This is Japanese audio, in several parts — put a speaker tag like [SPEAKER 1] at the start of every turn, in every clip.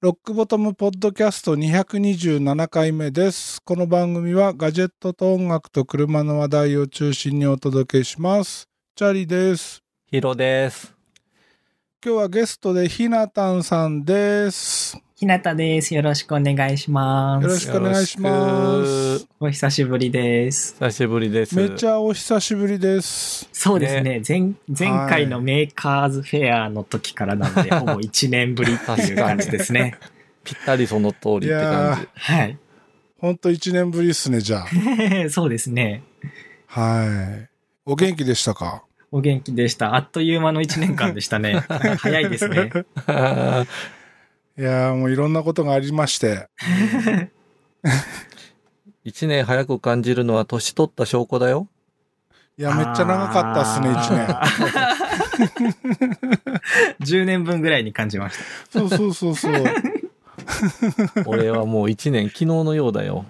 [SPEAKER 1] ロックボトムポッドキャスト227回目です。この番組はガジェットと音楽と車の話題を中心にお届けします。チャリです。
[SPEAKER 2] ヒロです。
[SPEAKER 1] 今日はゲストでひなたんさんです。よ
[SPEAKER 3] ひなたです。よろしくお願いしま
[SPEAKER 1] ろ
[SPEAKER 3] す。
[SPEAKER 1] しくお願いします。
[SPEAKER 3] お久しぶりです。
[SPEAKER 2] 久しぶりです。
[SPEAKER 1] めち
[SPEAKER 2] ゃ。
[SPEAKER 1] ゃお久しぶりです。
[SPEAKER 3] そうですね。前前回のメーカーズフェアの時からな ので、ほぼ1年ぶりっていう感じですね。
[SPEAKER 2] ぴったりその通りって感じ。
[SPEAKER 3] はい。
[SPEAKER 1] ほんと1年ぶりっすね、じゃ
[SPEAKER 3] そうですね。
[SPEAKER 1] あ。はい。お元気でしたか
[SPEAKER 3] お元気でした。あっという間の1年間でし たね。早いですね。
[SPEAKER 1] いやーもういろんなことがありまして。
[SPEAKER 2] 一年早く感じるのは年取った証拠だよ。
[SPEAKER 1] いや、めっちゃ長かったっすね、1年。
[SPEAKER 3] 年。10年分ぐらいに感じました。
[SPEAKER 1] そうそうそう そう。
[SPEAKER 2] 俺はもう一年昨日のようだよ。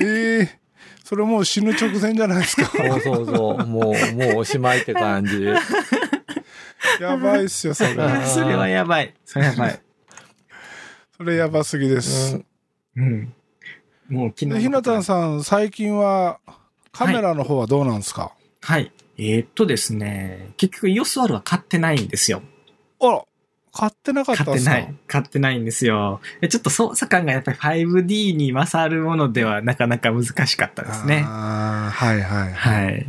[SPEAKER 1] ええそれもう死ぬ直前じゃないですか。
[SPEAKER 2] そうそうそう。もう、もうおしまいって感じ。
[SPEAKER 1] やばいっすよ、それ。
[SPEAKER 2] あー
[SPEAKER 3] それはやばい。それはやばい。
[SPEAKER 1] それやばすぎです。
[SPEAKER 2] う
[SPEAKER 3] うん。もう昨日
[SPEAKER 1] で、
[SPEAKER 3] のことで。
[SPEAKER 1] ひなたんさん、最近は、カメラの方はどうなんですか、
[SPEAKER 3] はい。えーっとですね、結局 EOSR は買ってないんですよ。
[SPEAKER 1] あら、買ってなかった
[SPEAKER 3] 買
[SPEAKER 1] ん
[SPEAKER 3] っ
[SPEAKER 1] です
[SPEAKER 3] て
[SPEAKER 1] か
[SPEAKER 3] ない。買ってないんですよ。でちょっと操作感がやっぱり 5D に勝るものではなかなか難しかったですね。
[SPEAKER 1] ああ、はいはい。
[SPEAKER 3] はい。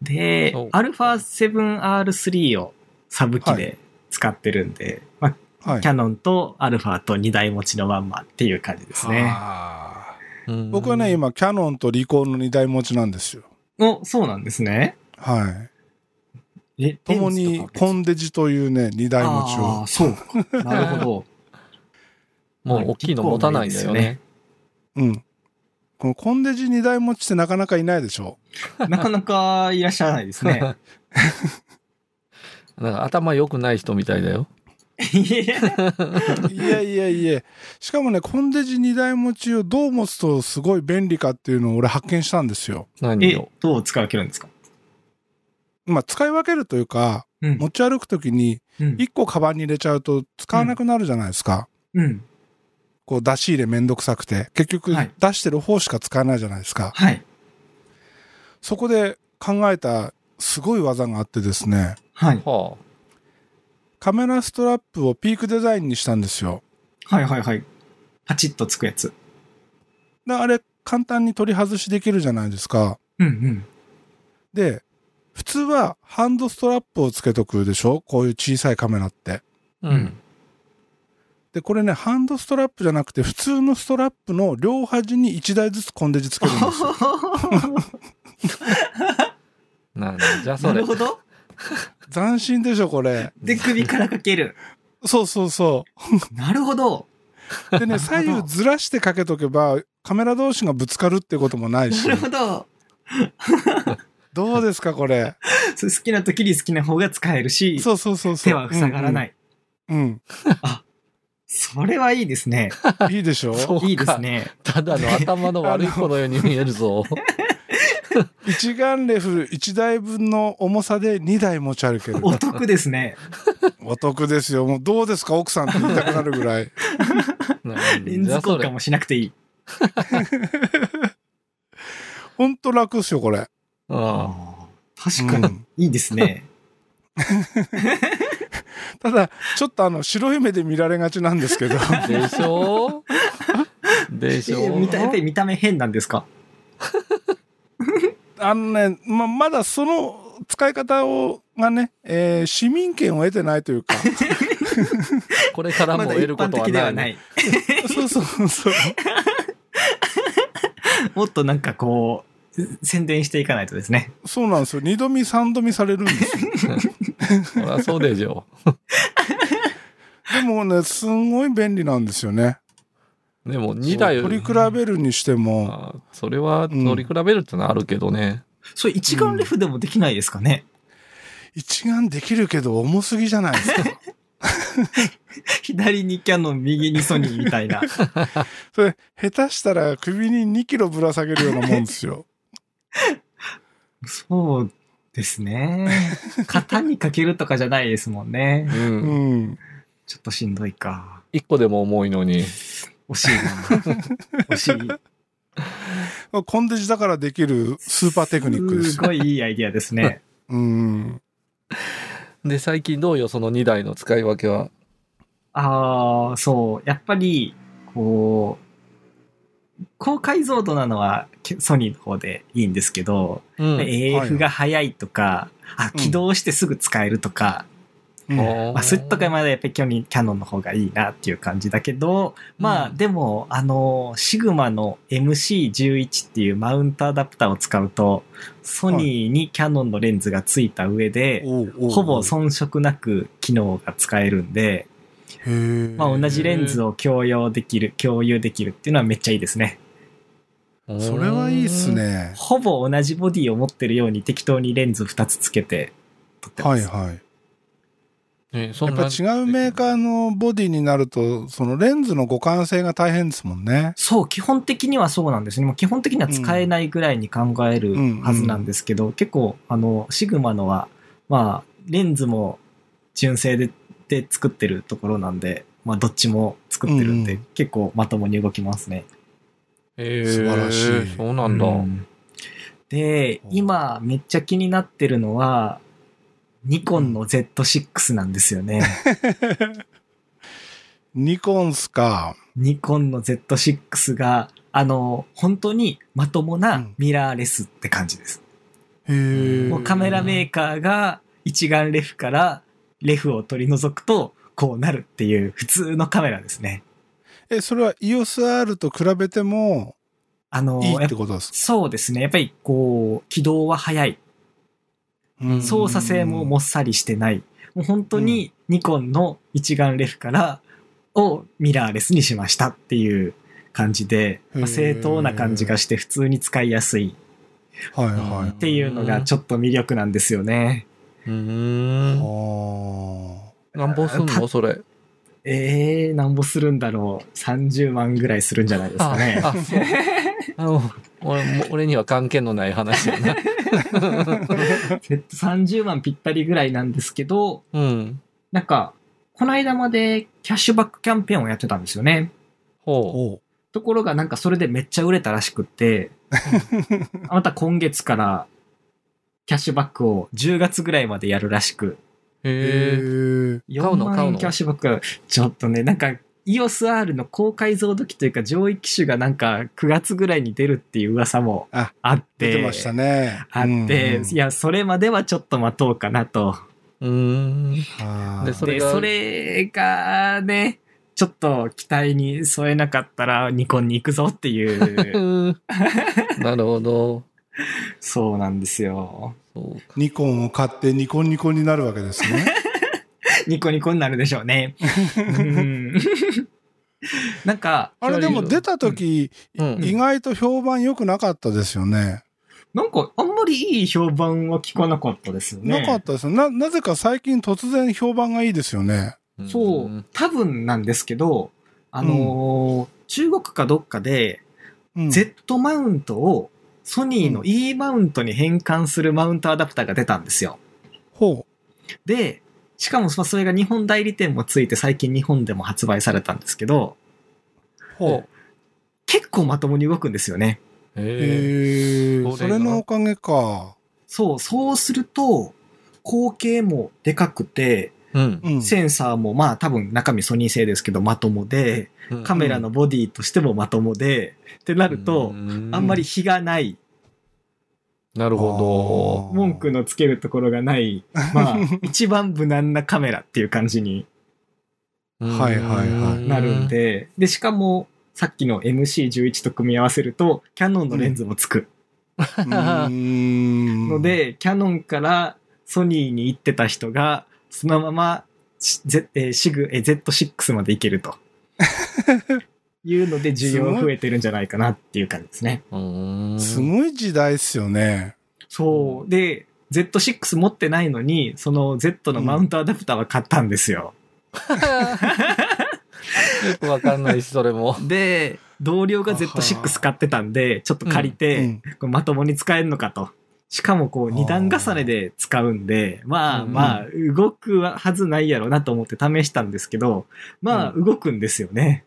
[SPEAKER 3] で
[SPEAKER 2] そう、
[SPEAKER 3] α7R3 をサブ機で使ってるんで、ま
[SPEAKER 1] は
[SPEAKER 3] あ、
[SPEAKER 1] い
[SPEAKER 3] キ。ャノンと α と2台持ちのまんまっていう感じですね。
[SPEAKER 1] あー
[SPEAKER 2] ん
[SPEAKER 1] 僕はね、、今、キャノンとリコーンの2台持ちなんですよ。
[SPEAKER 3] お、そうなんですね。
[SPEAKER 1] はい。
[SPEAKER 3] え、
[SPEAKER 1] 共に、コ
[SPEAKER 3] ン
[SPEAKER 1] ンデジというね、2台持ち
[SPEAKER 3] ああー、
[SPEAKER 1] を。
[SPEAKER 3] そう。なるほ ど。
[SPEAKER 2] もう大きいの持たないんだよね。
[SPEAKER 1] うん。このコンデジ2台持ちってなかなかいないでし ょ。
[SPEAKER 3] なかなかいらっしゃらないです ね。
[SPEAKER 2] なんか頭良くない人みたいだよ。
[SPEAKER 1] いやいやいや。しかもね、コンデジ2台持ちをどう持つとすごい便利かっていうのを俺発見したんですよ。
[SPEAKER 2] 何
[SPEAKER 3] え
[SPEAKER 2] を。、
[SPEAKER 3] どう使い分けるんですか
[SPEAKER 1] まあ、使い分けるというか、
[SPEAKER 3] うん
[SPEAKER 1] 持ち歩くときに
[SPEAKER 3] うん
[SPEAKER 1] 1個カバンに入れちゃうと使わなくなるじゃないですか。
[SPEAKER 3] うん。
[SPEAKER 1] こう出し入れめんどくさくて。結局
[SPEAKER 3] はい
[SPEAKER 1] 出してる方しか使わないじゃないですか。
[SPEAKER 3] はい。
[SPEAKER 1] そこで考えたすごい技があってですね、
[SPEAKER 3] はい。
[SPEAKER 2] は
[SPEAKER 1] カメラストラップをピークデザインにしたんですよ。
[SPEAKER 3] はいはいはい。パチッとつくやつ。
[SPEAKER 1] であれ簡単に取り外しできるじゃないですか。
[SPEAKER 3] うんうん。
[SPEAKER 1] で、普通はハンドストラップをつけとくでしょこういう小さいカメラって。
[SPEAKER 2] あ。うん。
[SPEAKER 1] で、これね、ハンドストラップじゃなくて、普通のストラップの両端に1台ずつコンデジつけるん ですよ。
[SPEAKER 2] なんじゃそ
[SPEAKER 3] な
[SPEAKER 2] れ
[SPEAKER 3] る。ほど。
[SPEAKER 1] 斬新でしょ、これ。
[SPEAKER 3] で、首からかける。
[SPEAKER 1] そうそうそ
[SPEAKER 3] なるほど。
[SPEAKER 1] う。でね、
[SPEAKER 3] なるほど
[SPEAKER 1] 左右ずらしてかけとけば、カメラ同士がぶつかるってこともない
[SPEAKER 3] な
[SPEAKER 1] し
[SPEAKER 3] る。ほど。
[SPEAKER 1] どうですか、これ。
[SPEAKER 3] それ好きな時に好きな方が使えるし、
[SPEAKER 1] そうそうそうそう。。
[SPEAKER 3] 手は塞がらないい。
[SPEAKER 1] うん、うん
[SPEAKER 3] それはいいですね。
[SPEAKER 1] いいでしょ
[SPEAKER 2] そうか
[SPEAKER 3] いいですね。
[SPEAKER 2] ただの頭の悪い子のように見えるぞ。
[SPEAKER 1] 一眼レフ1台分の重さで2台持ち歩ける。
[SPEAKER 3] お得ですね。
[SPEAKER 1] お得ですよ。もうどうですか、奥さんって言いたくなるぐらい。
[SPEAKER 2] なん
[SPEAKER 3] レンズ
[SPEAKER 2] じゃ
[SPEAKER 3] 交
[SPEAKER 2] そ
[SPEAKER 3] 換
[SPEAKER 2] れ。
[SPEAKER 3] もしなくていい。
[SPEAKER 1] ほんと楽っすよ、これ。
[SPEAKER 2] うん。
[SPEAKER 3] 確か
[SPEAKER 1] う
[SPEAKER 3] に
[SPEAKER 1] ん、
[SPEAKER 3] いいですね。
[SPEAKER 1] ただ、ちょっとあの、白い目で見られがちなんですけど、
[SPEAKER 2] でしょでし
[SPEAKER 3] え
[SPEAKER 2] ょ
[SPEAKER 3] 見たやっぱり見た目変なんですか
[SPEAKER 1] あのね、ま、まだその使い方を、がね、えー市民権を得てないというか、
[SPEAKER 2] これからも
[SPEAKER 3] まだ
[SPEAKER 2] 得
[SPEAKER 3] 一
[SPEAKER 2] るこ
[SPEAKER 3] 般
[SPEAKER 2] とは
[SPEAKER 3] 的で
[SPEAKER 2] な。
[SPEAKER 3] はいない。
[SPEAKER 1] そうそうそう。
[SPEAKER 3] もっとなんかこう、宣伝していかないとですね。
[SPEAKER 1] そうなんですよ。二度見三度見されるんですよ。
[SPEAKER 2] そりゃそうでしょ
[SPEAKER 1] でもね、すんごい便利なんですよね。
[SPEAKER 2] う。でも2台
[SPEAKER 1] そう取り比べるにしても、
[SPEAKER 2] あーそれは取り比べるってのはあるけどね。
[SPEAKER 3] それ一眼レフでもできないですかね、
[SPEAKER 1] 一眼できるけど重すぎじゃないですか。
[SPEAKER 3] 左にキャノン、右にソニーみたいな。
[SPEAKER 1] それ、下手したら首に2キロぶら下げるようなもんですよ。
[SPEAKER 3] そうですね。型にかけるとかじゃないですもんね。
[SPEAKER 2] う。
[SPEAKER 1] うんん。
[SPEAKER 3] ちょっとしんどいか。
[SPEAKER 2] 一個でも重いのに。
[SPEAKER 3] 惜しいな。惜しい。
[SPEAKER 1] まあコンデジだからできるスーパーテクニックです
[SPEAKER 3] す
[SPEAKER 1] よ。
[SPEAKER 3] ごいいいアイディアですね。
[SPEAKER 1] うん。
[SPEAKER 2] で、最近どうよ、その2台の使い分けは。
[SPEAKER 3] ああ、そう。やっぱり、こう、高解像度なのはけソニーの方でいいんですけど、
[SPEAKER 2] うん。
[SPEAKER 3] AF が速いとか、あ、起動してすぐ使えるとか、
[SPEAKER 1] うん
[SPEAKER 2] あー
[SPEAKER 3] まあ、そういったかまでやっぱりキャノンキャノンの方がいいなっていう感じだけど、まあ
[SPEAKER 2] うん
[SPEAKER 3] でも、あの、シグマの MC11 っていうマウントアダプターを使うと、ソニーにキャノンのレンズがついた上で、
[SPEAKER 1] おうおう
[SPEAKER 3] ほぼ遜色なく機能が使えるんで、
[SPEAKER 1] へー
[SPEAKER 3] まあ同じレンズを共用できる、共有できるっていうのはめっちゃいいですね。
[SPEAKER 1] それはいいっす。ね。
[SPEAKER 3] ほぼ同じボディを持ってるように適当にレンズ2つつけて撮ってま
[SPEAKER 1] はい
[SPEAKER 3] す。
[SPEAKER 1] はい。
[SPEAKER 2] ねそ
[SPEAKER 1] や
[SPEAKER 2] ん
[SPEAKER 1] っ
[SPEAKER 2] な
[SPEAKER 1] ぱ違うメーカーのボディになると、そのレンズの互換性が大変ですもんね。
[SPEAKER 3] そう、基本的にはそうなんですね。もう基本的には使えないぐらいに考える
[SPEAKER 1] うん
[SPEAKER 3] はずなんですけど、結構、あの、シグマのは、まあ、レンズも純正でで作ってるところなんで、まあ、どっちも作ってるんで、
[SPEAKER 1] うん
[SPEAKER 3] 結構まともに動きますね。
[SPEAKER 2] えー
[SPEAKER 1] 素晴らしい
[SPEAKER 2] そうなんだ。
[SPEAKER 3] うんで、今、めっちゃ気になってるのは、ニコンの Z6 なんです よね。
[SPEAKER 1] ニコンスか。
[SPEAKER 3] ニコンの Z6 が、あの、本当にまともなミラーレスって感じです。
[SPEAKER 1] へー
[SPEAKER 3] もうカメラメーカーが一眼レフからレフを取り除くとこうなるっていう普通のカメラですね。
[SPEAKER 1] え、それは EOSR と比べても
[SPEAKER 3] あの、
[SPEAKER 1] いい
[SPEAKER 3] や
[SPEAKER 1] っ
[SPEAKER 3] ってぱ
[SPEAKER 1] ことですか
[SPEAKER 3] そうですね。やっぱりこう、起動は早い。
[SPEAKER 1] うん
[SPEAKER 3] 操作性ももっさりしてない。もう本当にニコンの一眼レフからをミラーレスにしましたっていう感じで、まあ
[SPEAKER 1] へー
[SPEAKER 3] 正当な感じがして普通に使いやすい
[SPEAKER 1] はいはい。
[SPEAKER 2] うん
[SPEAKER 3] っていうのがちょっと魅力なんですよね。
[SPEAKER 2] うーん。
[SPEAKER 1] あ
[SPEAKER 2] 何本すんのそれ。
[SPEAKER 3] ええー、なんぼするんだろう。30万ぐらいするんじゃないですかね。
[SPEAKER 2] あ、そう。あの、 俺も、俺には関係のない話や な。
[SPEAKER 3] 30万ぴったりぐらいなんですけど、
[SPEAKER 2] うん。
[SPEAKER 3] なんか、この間までキャッシュバックキャンペーンをやってたんですよね。
[SPEAKER 1] ー
[SPEAKER 2] ほう。
[SPEAKER 1] おう
[SPEAKER 3] ところがなんかそれでめっちゃ売れたらし くって、また今月からキャッシュバックを10月ぐらいまでやるらしく、
[SPEAKER 1] へ
[SPEAKER 2] へえ。
[SPEAKER 1] ー
[SPEAKER 2] 買う
[SPEAKER 3] 4
[SPEAKER 2] の買
[SPEAKER 3] 万
[SPEAKER 2] う
[SPEAKER 3] 円
[SPEAKER 2] の
[SPEAKER 3] キャッシュバック、ちょっとね、なんか EOSR の高解像度機というか上位機種がなんか9月ぐらいに出るっていう噂も
[SPEAKER 1] あ
[SPEAKER 3] あって、
[SPEAKER 1] 出てましたね。
[SPEAKER 3] あって、
[SPEAKER 1] うん
[SPEAKER 3] いや、それまではちょっと待とうかなと。
[SPEAKER 2] うーん。
[SPEAKER 1] は
[SPEAKER 2] で
[SPEAKER 1] い
[SPEAKER 2] それ
[SPEAKER 3] で、
[SPEAKER 2] が
[SPEAKER 3] それがね、ちょっと期待に添えなかったらニコンに行くぞっていう、
[SPEAKER 2] なるほど。
[SPEAKER 3] そうなんですよ。
[SPEAKER 2] そうか。
[SPEAKER 1] ニコンを買ってニコンニコンになるわけですね。
[SPEAKER 3] ニコニコになるでしょうね。うんなんか、
[SPEAKER 1] あれでも出た時、
[SPEAKER 2] うん。
[SPEAKER 1] 意外と評判良くなかったですよね。
[SPEAKER 3] なんかあんまりいい評判は聞かなかったですよね。
[SPEAKER 1] なかったですよ。な、なぜか最近突然評判がいいですよね。
[SPEAKER 3] そう、多分なんですけど、あのー中国かどっかで、
[SPEAKER 1] うん。
[SPEAKER 3] Z マウントをソニーの E マウントに変換するマウントアダプターが出たんですよ。
[SPEAKER 1] ほ
[SPEAKER 3] で、しかもまあそれが日本代理店もついて最近日本でも発売されたんですけど、
[SPEAKER 1] う。ほ
[SPEAKER 3] 結構まともに動くんですよね。
[SPEAKER 2] う。
[SPEAKER 1] う。
[SPEAKER 2] へえ。
[SPEAKER 1] へ
[SPEAKER 2] それ
[SPEAKER 1] ー
[SPEAKER 2] が
[SPEAKER 1] それのおかげか。
[SPEAKER 3] そう、そうすると、光景もでかくて、
[SPEAKER 2] うん。
[SPEAKER 1] うん。
[SPEAKER 3] センサーもまあ多分中身ソニー製ですけどまともで、
[SPEAKER 2] うん
[SPEAKER 3] カメラのボディとしてもまともで、ってなると、、あんまり
[SPEAKER 2] う。
[SPEAKER 3] 日がない、
[SPEAKER 2] なるほ
[SPEAKER 1] あー
[SPEAKER 3] 文句のつけるところがない、まあ一番無難なカメラっていう感じに
[SPEAKER 2] ど。
[SPEAKER 1] はいはいはい
[SPEAKER 3] なるん。で、で、しかも、さっきの MC11 と組み合わせると、キャノンのレンズもつく。
[SPEAKER 1] うーん
[SPEAKER 3] の、で、キャノンからソニーに行ってた人が、そのまま、し Z、えーシグ、えー Z6 まで行けると。いうので、需要増えてるんじゃないかなっていう感じですね。
[SPEAKER 2] うーん。
[SPEAKER 1] すごい時代っすよね。
[SPEAKER 3] そう。で、Z6 持ってないのに、その Z のマウントアダプターは買ったんですよ。
[SPEAKER 2] よくわかんないし、それも。
[SPEAKER 3] で、同僚が
[SPEAKER 1] あはー
[SPEAKER 3] Z6 買ってたんで、ちょっと借りて、
[SPEAKER 1] うん
[SPEAKER 3] これまともに使えるのかとしかもこう、二段重ねで使うんで、まあ
[SPEAKER 2] うん
[SPEAKER 3] まあ、動くはずないやろうなと思って試したんですけど、まあ、
[SPEAKER 2] う
[SPEAKER 3] 動くんですよね。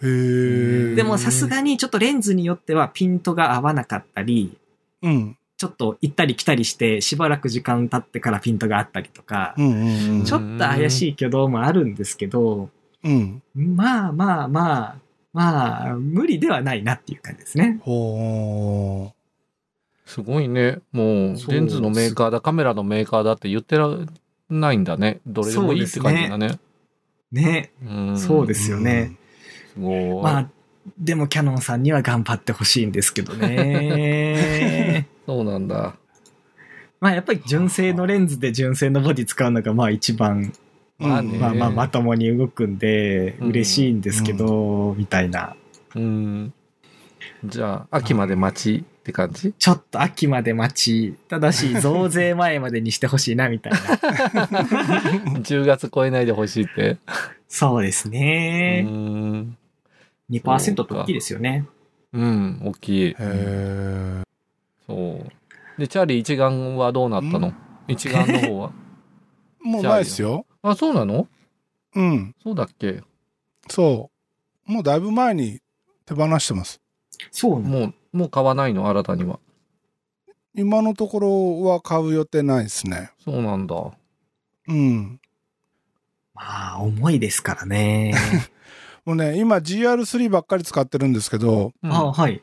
[SPEAKER 1] へー
[SPEAKER 3] でもさすがにちょっとレンズによってはピントが合わなかったり、
[SPEAKER 1] うん。
[SPEAKER 3] ちょっと行ったり来たりして、しばらく時間経ってからピントがあったりとか
[SPEAKER 1] う、んうんうん。
[SPEAKER 3] ちょっと怪しい挙動もあるんですけど、
[SPEAKER 1] うん。
[SPEAKER 3] まあまあまあ、まあ、無理ではないなっていう感じですね。
[SPEAKER 1] ほー。
[SPEAKER 2] すごいね。もう、
[SPEAKER 3] そう
[SPEAKER 2] レンズのメーカーだ、カメラのメーカーだって言ってらないんだね。どれでもいいって感じだね。
[SPEAKER 3] ね。
[SPEAKER 2] うん
[SPEAKER 3] そうですよね。
[SPEAKER 2] すごい。
[SPEAKER 3] まあ、でもキャノンさんには頑張ってほしいんですけどね。
[SPEAKER 2] そうなんだ。
[SPEAKER 3] まあやっぱり純正のレンズで純正のボディ使うのがまあ一番、
[SPEAKER 1] うん。
[SPEAKER 2] まあね
[SPEAKER 3] まあまあまともに動くんで
[SPEAKER 2] うん
[SPEAKER 3] 嬉しいんですけど、みたいな。
[SPEAKER 2] うん。じゃあ、秋まで待ちって 感じ
[SPEAKER 3] ちょっと秋まで待ち、ただし増税前までにしてほしいなみ たいな。
[SPEAKER 2] ?10 月超えないでほしいって。
[SPEAKER 3] そうです
[SPEAKER 2] う
[SPEAKER 3] ね。
[SPEAKER 2] ん。
[SPEAKER 3] 2%って大きいですよね。
[SPEAKER 2] うん、大きい。
[SPEAKER 1] へー。
[SPEAKER 2] そう。で、チャーリー一眼はどうなった
[SPEAKER 1] う
[SPEAKER 2] の一眼の 方は。
[SPEAKER 1] もうないっすよ。
[SPEAKER 2] あ、そうなの
[SPEAKER 1] うん。
[SPEAKER 2] そうだっけ
[SPEAKER 1] そう。もうだいぶ前に手放してます。
[SPEAKER 3] そうなの
[SPEAKER 2] もう、もう買わないの新たには。
[SPEAKER 1] 今のところは買う予定ないですね。
[SPEAKER 2] そうなんだ。
[SPEAKER 1] うん。
[SPEAKER 3] まあ、重いですからね。
[SPEAKER 1] もうね、今 GR3 ばっかり使ってるんですけど、
[SPEAKER 2] うん
[SPEAKER 3] あはい。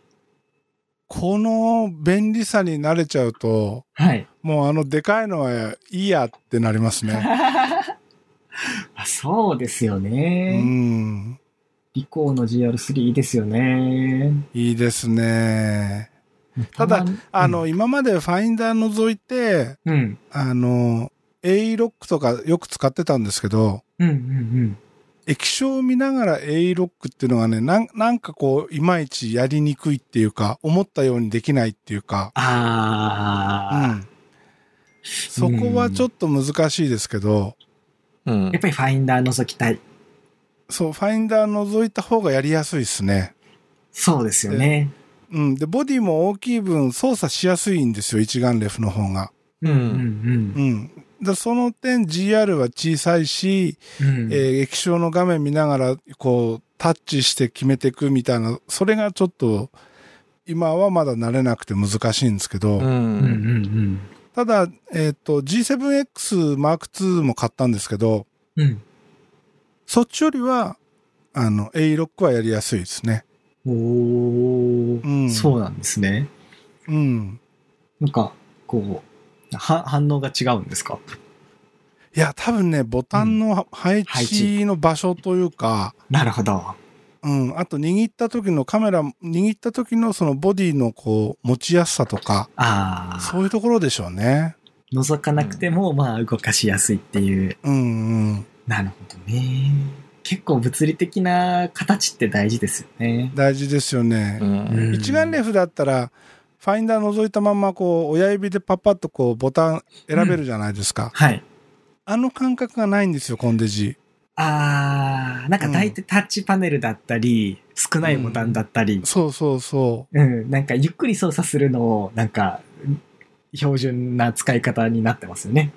[SPEAKER 1] この便利さに慣れちゃうと、
[SPEAKER 3] はい。
[SPEAKER 1] もうあのでかいのはいいやってなりますね。
[SPEAKER 3] あそうですよ
[SPEAKER 1] う
[SPEAKER 3] ね。
[SPEAKER 1] ん。
[SPEAKER 3] リコーの GR3 いいですよね。
[SPEAKER 1] いいですね。ただ
[SPEAKER 3] まに、
[SPEAKER 1] あの、今までファインダー覗いて、
[SPEAKER 3] うん。
[SPEAKER 1] あの、AE ロックとかよく使ってたんですけど、
[SPEAKER 3] うんうんうん。
[SPEAKER 1] 液晶を見ながら AE ロックっていうのがね、なんなんかこう、いまいちやりにくいっていうか、思ったようにできないっていうか、う
[SPEAKER 3] ああ、
[SPEAKER 1] ん。そこはちょっと難しいですけど、
[SPEAKER 2] うん
[SPEAKER 3] やっぱりファインダー覗きたい。
[SPEAKER 1] そう、ファインダー覗いた方がやりやすいですね。
[SPEAKER 3] そうですよね。
[SPEAKER 1] うん。で、ボディも大きい分操作しやすいんですよ、一眼レフの方が。
[SPEAKER 2] うん
[SPEAKER 3] うん
[SPEAKER 1] うん。でその点 GR は小さいし、
[SPEAKER 3] うん。
[SPEAKER 1] えー液晶の画面見ながら、こう、タッチして決めていくみたいな、それがちょっと、今はまだ慣れなくて難しいんですけど、
[SPEAKER 2] うん
[SPEAKER 3] うんうんうん。
[SPEAKER 1] ただ、えっ、と、G7X Mark II も買ったんですけど、
[SPEAKER 3] うん。
[SPEAKER 1] そっちよりは、あの、A6 はやりやすいですね。
[SPEAKER 3] おー、
[SPEAKER 1] うん
[SPEAKER 3] そうなんですね。
[SPEAKER 1] うん。
[SPEAKER 3] なんか、こう、は反応が違うんですか
[SPEAKER 1] いや、多分ね、ボタンの配
[SPEAKER 3] 配
[SPEAKER 1] 置
[SPEAKER 3] 置
[SPEAKER 1] の場所というか、
[SPEAKER 3] なるほど。
[SPEAKER 1] うん、あと握った時のカメラ、握った時のそのボディのこう、持ちやすさとか、
[SPEAKER 3] ああ、
[SPEAKER 1] そういうところでしょうね。
[SPEAKER 3] 覗かなくても、まあ、動かしやすいっていう。
[SPEAKER 1] うんうん。
[SPEAKER 3] なるほどね。結構物理的な形って大事ですよね。
[SPEAKER 1] 大事ですよね。
[SPEAKER 2] うん
[SPEAKER 1] 一眼レ
[SPEAKER 3] フ
[SPEAKER 1] フだったら、ファインダー覗いたまんま、こう、親指でパッパッとこう、ボタン選べるじゃないですか。
[SPEAKER 3] はい。
[SPEAKER 1] あの感覚がないんですよ、コンデジ。
[SPEAKER 3] あー、なんか大体タッチパネルだったり、少ないボタンだったり、
[SPEAKER 1] そうそうそ
[SPEAKER 3] うん、なんかゆっくり操作するのを、なんか、標準な使い方になってますよね。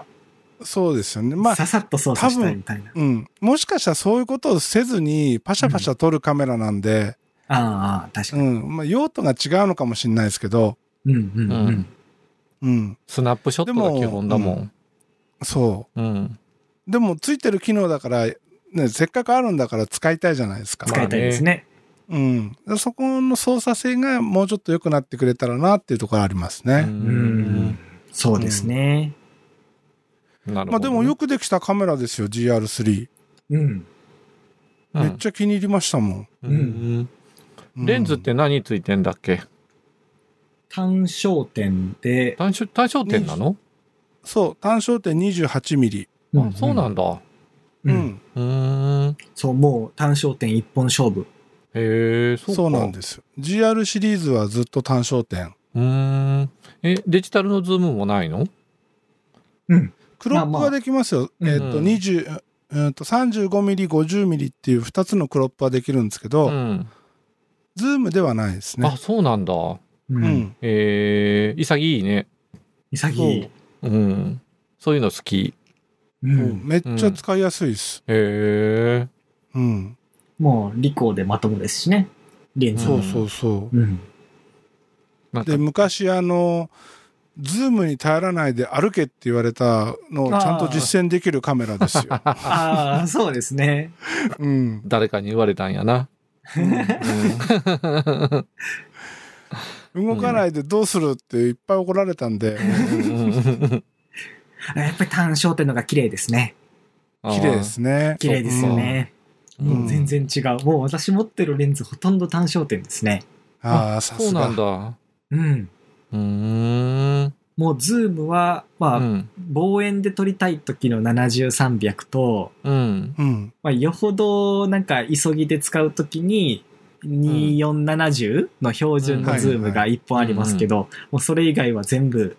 [SPEAKER 1] う。そうですよね。まあ、
[SPEAKER 3] ささっと操作したいみたいな。
[SPEAKER 1] うん。もしかしたらそういうことをせずに、パシャパシャ撮るカメラなんで、
[SPEAKER 3] ああ、確か
[SPEAKER 1] う
[SPEAKER 3] に。
[SPEAKER 1] ん。まあ、用途が違うのかもしれないですけど、
[SPEAKER 3] うんうんう
[SPEAKER 2] うんん。
[SPEAKER 1] うん。
[SPEAKER 2] スナップショットが基本だもん。
[SPEAKER 1] そ
[SPEAKER 2] うん。
[SPEAKER 1] う。でも、ついてる機能だから、ね、せっかくあるんだから使いたいじゃないですか。
[SPEAKER 3] 使いたいですね。
[SPEAKER 1] うん。そこの操作性がもうちょっと良くなってくれたらなっていうところありますね。
[SPEAKER 3] うん。そうですね。
[SPEAKER 2] なるほど。
[SPEAKER 1] まあでもよくできたカメラですよ、GR3。
[SPEAKER 3] うん。
[SPEAKER 2] うん
[SPEAKER 1] めっちゃ気に入りましたもん。
[SPEAKER 2] うん
[SPEAKER 1] うん
[SPEAKER 2] レンズって何ついてんだっけ
[SPEAKER 3] 単焦点で、
[SPEAKER 2] 単焦単焦点なの
[SPEAKER 1] そう、単焦点28ミリ。
[SPEAKER 2] あそうなんだ。う
[SPEAKER 1] う。
[SPEAKER 3] うんん。
[SPEAKER 2] ーん。
[SPEAKER 3] そう、もう単焦点一本勝負。
[SPEAKER 2] へえ、そうか。
[SPEAKER 1] そうなんです。GR シリーズはずっと単焦点。
[SPEAKER 2] うーん。え、デジタルのズームもないの
[SPEAKER 3] うん。
[SPEAKER 1] クロップ
[SPEAKER 3] まあま
[SPEAKER 1] は
[SPEAKER 3] あ
[SPEAKER 1] できますよ。
[SPEAKER 3] うん
[SPEAKER 1] えっ、と、20、うんと35ミリ、50ミリっていう2つのクロップはできるんですけど、
[SPEAKER 2] うん。
[SPEAKER 1] ズームではないですね
[SPEAKER 2] あ、。そうなんだ。
[SPEAKER 3] う
[SPEAKER 1] うん。
[SPEAKER 2] えー、潔いね。
[SPEAKER 3] 潔い。
[SPEAKER 2] うん。そういうの好き。
[SPEAKER 3] う
[SPEAKER 1] うん
[SPEAKER 3] ん。
[SPEAKER 1] めっちゃ使いやすいです。
[SPEAKER 2] へえ。
[SPEAKER 1] うん。
[SPEAKER 3] もう、理工でまともですしね。レンズ
[SPEAKER 1] そ
[SPEAKER 3] も
[SPEAKER 1] うそうそう。
[SPEAKER 3] うん。
[SPEAKER 2] なんか
[SPEAKER 1] で、昔あの、ズームに頼らないで歩けって言われたのをちゃんと実践できるカメラですよ。
[SPEAKER 3] ああ、そうですね。
[SPEAKER 1] うん。
[SPEAKER 2] 誰かに言われたんやな。うん
[SPEAKER 1] 動かないでどうするっていっぱい怒られたんで、
[SPEAKER 3] あやっぱり単焦点のが綺麗ですね。
[SPEAKER 1] 綺麗で。すね。
[SPEAKER 3] 綺麗ですよね。
[SPEAKER 2] うん
[SPEAKER 3] もう全然違う。もう私持ってるレンズほとんど単焦点ですね。
[SPEAKER 1] ああ、さ
[SPEAKER 2] そう
[SPEAKER 1] す
[SPEAKER 2] な
[SPEAKER 1] が
[SPEAKER 2] ん。だ。
[SPEAKER 3] うん。
[SPEAKER 2] うーん。
[SPEAKER 3] もうズームは、まあ、
[SPEAKER 2] うん。
[SPEAKER 3] 望遠で撮りたい時の70-300と、
[SPEAKER 2] うん。
[SPEAKER 1] うん。
[SPEAKER 3] まあ、よほどなんか急ぎで使うときに、2470の標準のズームが1本ありますけど、もうそれ以外は全部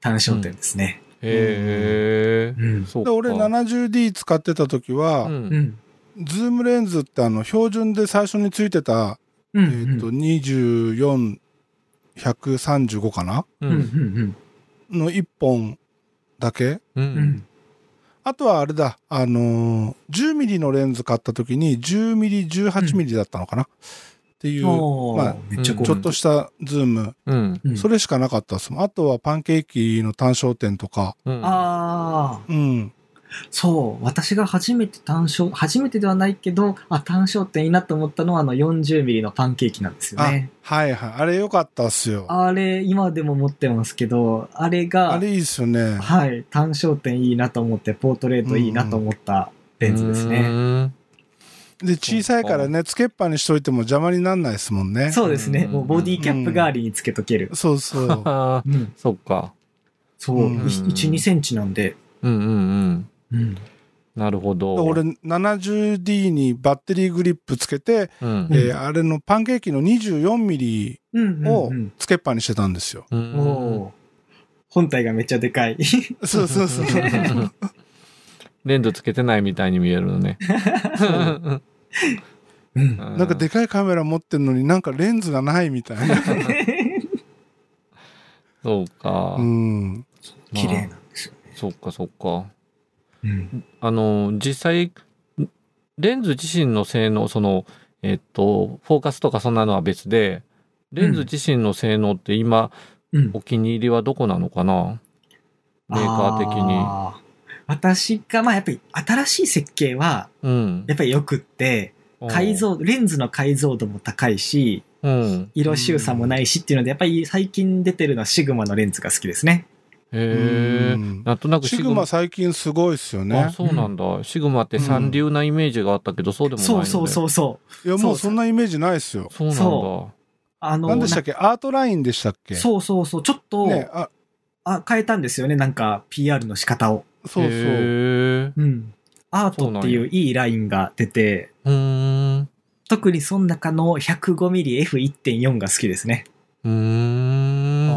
[SPEAKER 3] 単焦点ですね。
[SPEAKER 2] へ
[SPEAKER 3] う
[SPEAKER 2] え。
[SPEAKER 3] ん。
[SPEAKER 2] そう
[SPEAKER 1] で
[SPEAKER 2] か。
[SPEAKER 1] 俺 70D 使ってた時は、
[SPEAKER 2] うん
[SPEAKER 3] うん。
[SPEAKER 1] ズームレンズってあの標準で最初についてた、
[SPEAKER 3] うん。
[SPEAKER 1] えっ、と24135かな
[SPEAKER 2] う。
[SPEAKER 3] うん。うんん。
[SPEAKER 1] の1本だけ
[SPEAKER 2] う
[SPEAKER 3] うん。うん
[SPEAKER 2] ん。
[SPEAKER 1] あとはあれだあのー、10mm のレンズ買った時に 10mm18mm だったのかな、っていう
[SPEAKER 3] おー
[SPEAKER 1] まあ
[SPEAKER 3] めっちゃ
[SPEAKER 2] うん
[SPEAKER 1] ちょっとしたズーム、
[SPEAKER 2] うん。
[SPEAKER 3] うん
[SPEAKER 1] それしかなかったですもんあとはパンケーキの単焦点とか
[SPEAKER 2] うん。
[SPEAKER 3] あ
[SPEAKER 1] うん
[SPEAKER 3] あ、そう。私が初めて単焦、初めてではないけど、あ、単焦点いいなと思ったのは、あの40ミリのパンケーキなんですよ
[SPEAKER 1] あ
[SPEAKER 3] ね。
[SPEAKER 1] はいはいあれ良かったっすよあ
[SPEAKER 3] あれ、今でも持ってますけど、あれが、
[SPEAKER 1] れいいっすよね
[SPEAKER 3] はい、単焦点いいなと思って、ポートレートいいなと思ったレンズですね。
[SPEAKER 2] ね。
[SPEAKER 1] で小さいからねつけっぱにしといても邪魔になんないですもんね
[SPEAKER 3] そうですね、
[SPEAKER 2] うん
[SPEAKER 3] もうボディキャップ代わりにつけとける。
[SPEAKER 1] そうそう
[SPEAKER 2] ああ、
[SPEAKER 3] うん、
[SPEAKER 2] そっか。
[SPEAKER 3] そう、
[SPEAKER 1] うん
[SPEAKER 3] 1、2センチなんで。
[SPEAKER 2] うんうんうん。
[SPEAKER 3] うん、
[SPEAKER 2] なるほど。
[SPEAKER 1] 俺 70D にバッテリーグリップつけて、
[SPEAKER 2] うん
[SPEAKER 1] えーあれのパンケーキの24ミリ
[SPEAKER 3] うん、
[SPEAKER 1] を
[SPEAKER 3] うんうん。
[SPEAKER 1] つけっぱにしてたんですよ。
[SPEAKER 2] うん
[SPEAKER 3] おー本体がめっちゃでかい。
[SPEAKER 1] そうそうそう。
[SPEAKER 2] レンズつけてないみたいに見えるのね。
[SPEAKER 3] うん、
[SPEAKER 1] なんかでかいカメラ持ってんのになんかレンズがないみたいな。
[SPEAKER 2] そうか。
[SPEAKER 1] うん。
[SPEAKER 2] まあ
[SPEAKER 3] 綺麗なんですよ。
[SPEAKER 2] そっかそっか。
[SPEAKER 3] うん
[SPEAKER 2] あの、実際、レンズ自身の性能、その、えっと、フォーカスとかそんなのは別で、レンズ自身の性能って今、
[SPEAKER 3] うん
[SPEAKER 2] お気に入りはどこなのかなメーカー的に。
[SPEAKER 3] あー私が、まあやっぱり新しい設計は、
[SPEAKER 2] うん
[SPEAKER 3] や。っぱり良くって、解像、レンズの解像度も高いし、
[SPEAKER 2] うん。
[SPEAKER 3] 色周差もないしっていうので、やっぱり最近出てるのはシグマのレンズが好きですね。
[SPEAKER 2] へ
[SPEAKER 1] う
[SPEAKER 2] え。
[SPEAKER 1] ん
[SPEAKER 2] なんとなく
[SPEAKER 1] シグマ最近すごいっすよ
[SPEAKER 2] あ、
[SPEAKER 1] ね。
[SPEAKER 2] そうなんだ。シグマって三流なイメージがあったけど、そうでもないよね。
[SPEAKER 3] そうそうそうそう。
[SPEAKER 1] いやもうそう
[SPEAKER 3] そそうん
[SPEAKER 1] なイメージないっすよ。
[SPEAKER 2] そうなんだ。
[SPEAKER 3] そあの、
[SPEAKER 1] 何でしたっけアートラインでしたっけ
[SPEAKER 3] なそうそうそう。ちょっと、
[SPEAKER 1] ねあ
[SPEAKER 3] あ、変えたんですよね。なんか PR の仕方を。
[SPEAKER 1] そうそう。
[SPEAKER 2] へー
[SPEAKER 3] うん。アートってい
[SPEAKER 2] そう
[SPEAKER 3] ういいラインが出て、
[SPEAKER 2] うーん。
[SPEAKER 3] 特にその中の 105mmF1.4 が好きですね。
[SPEAKER 2] うーん。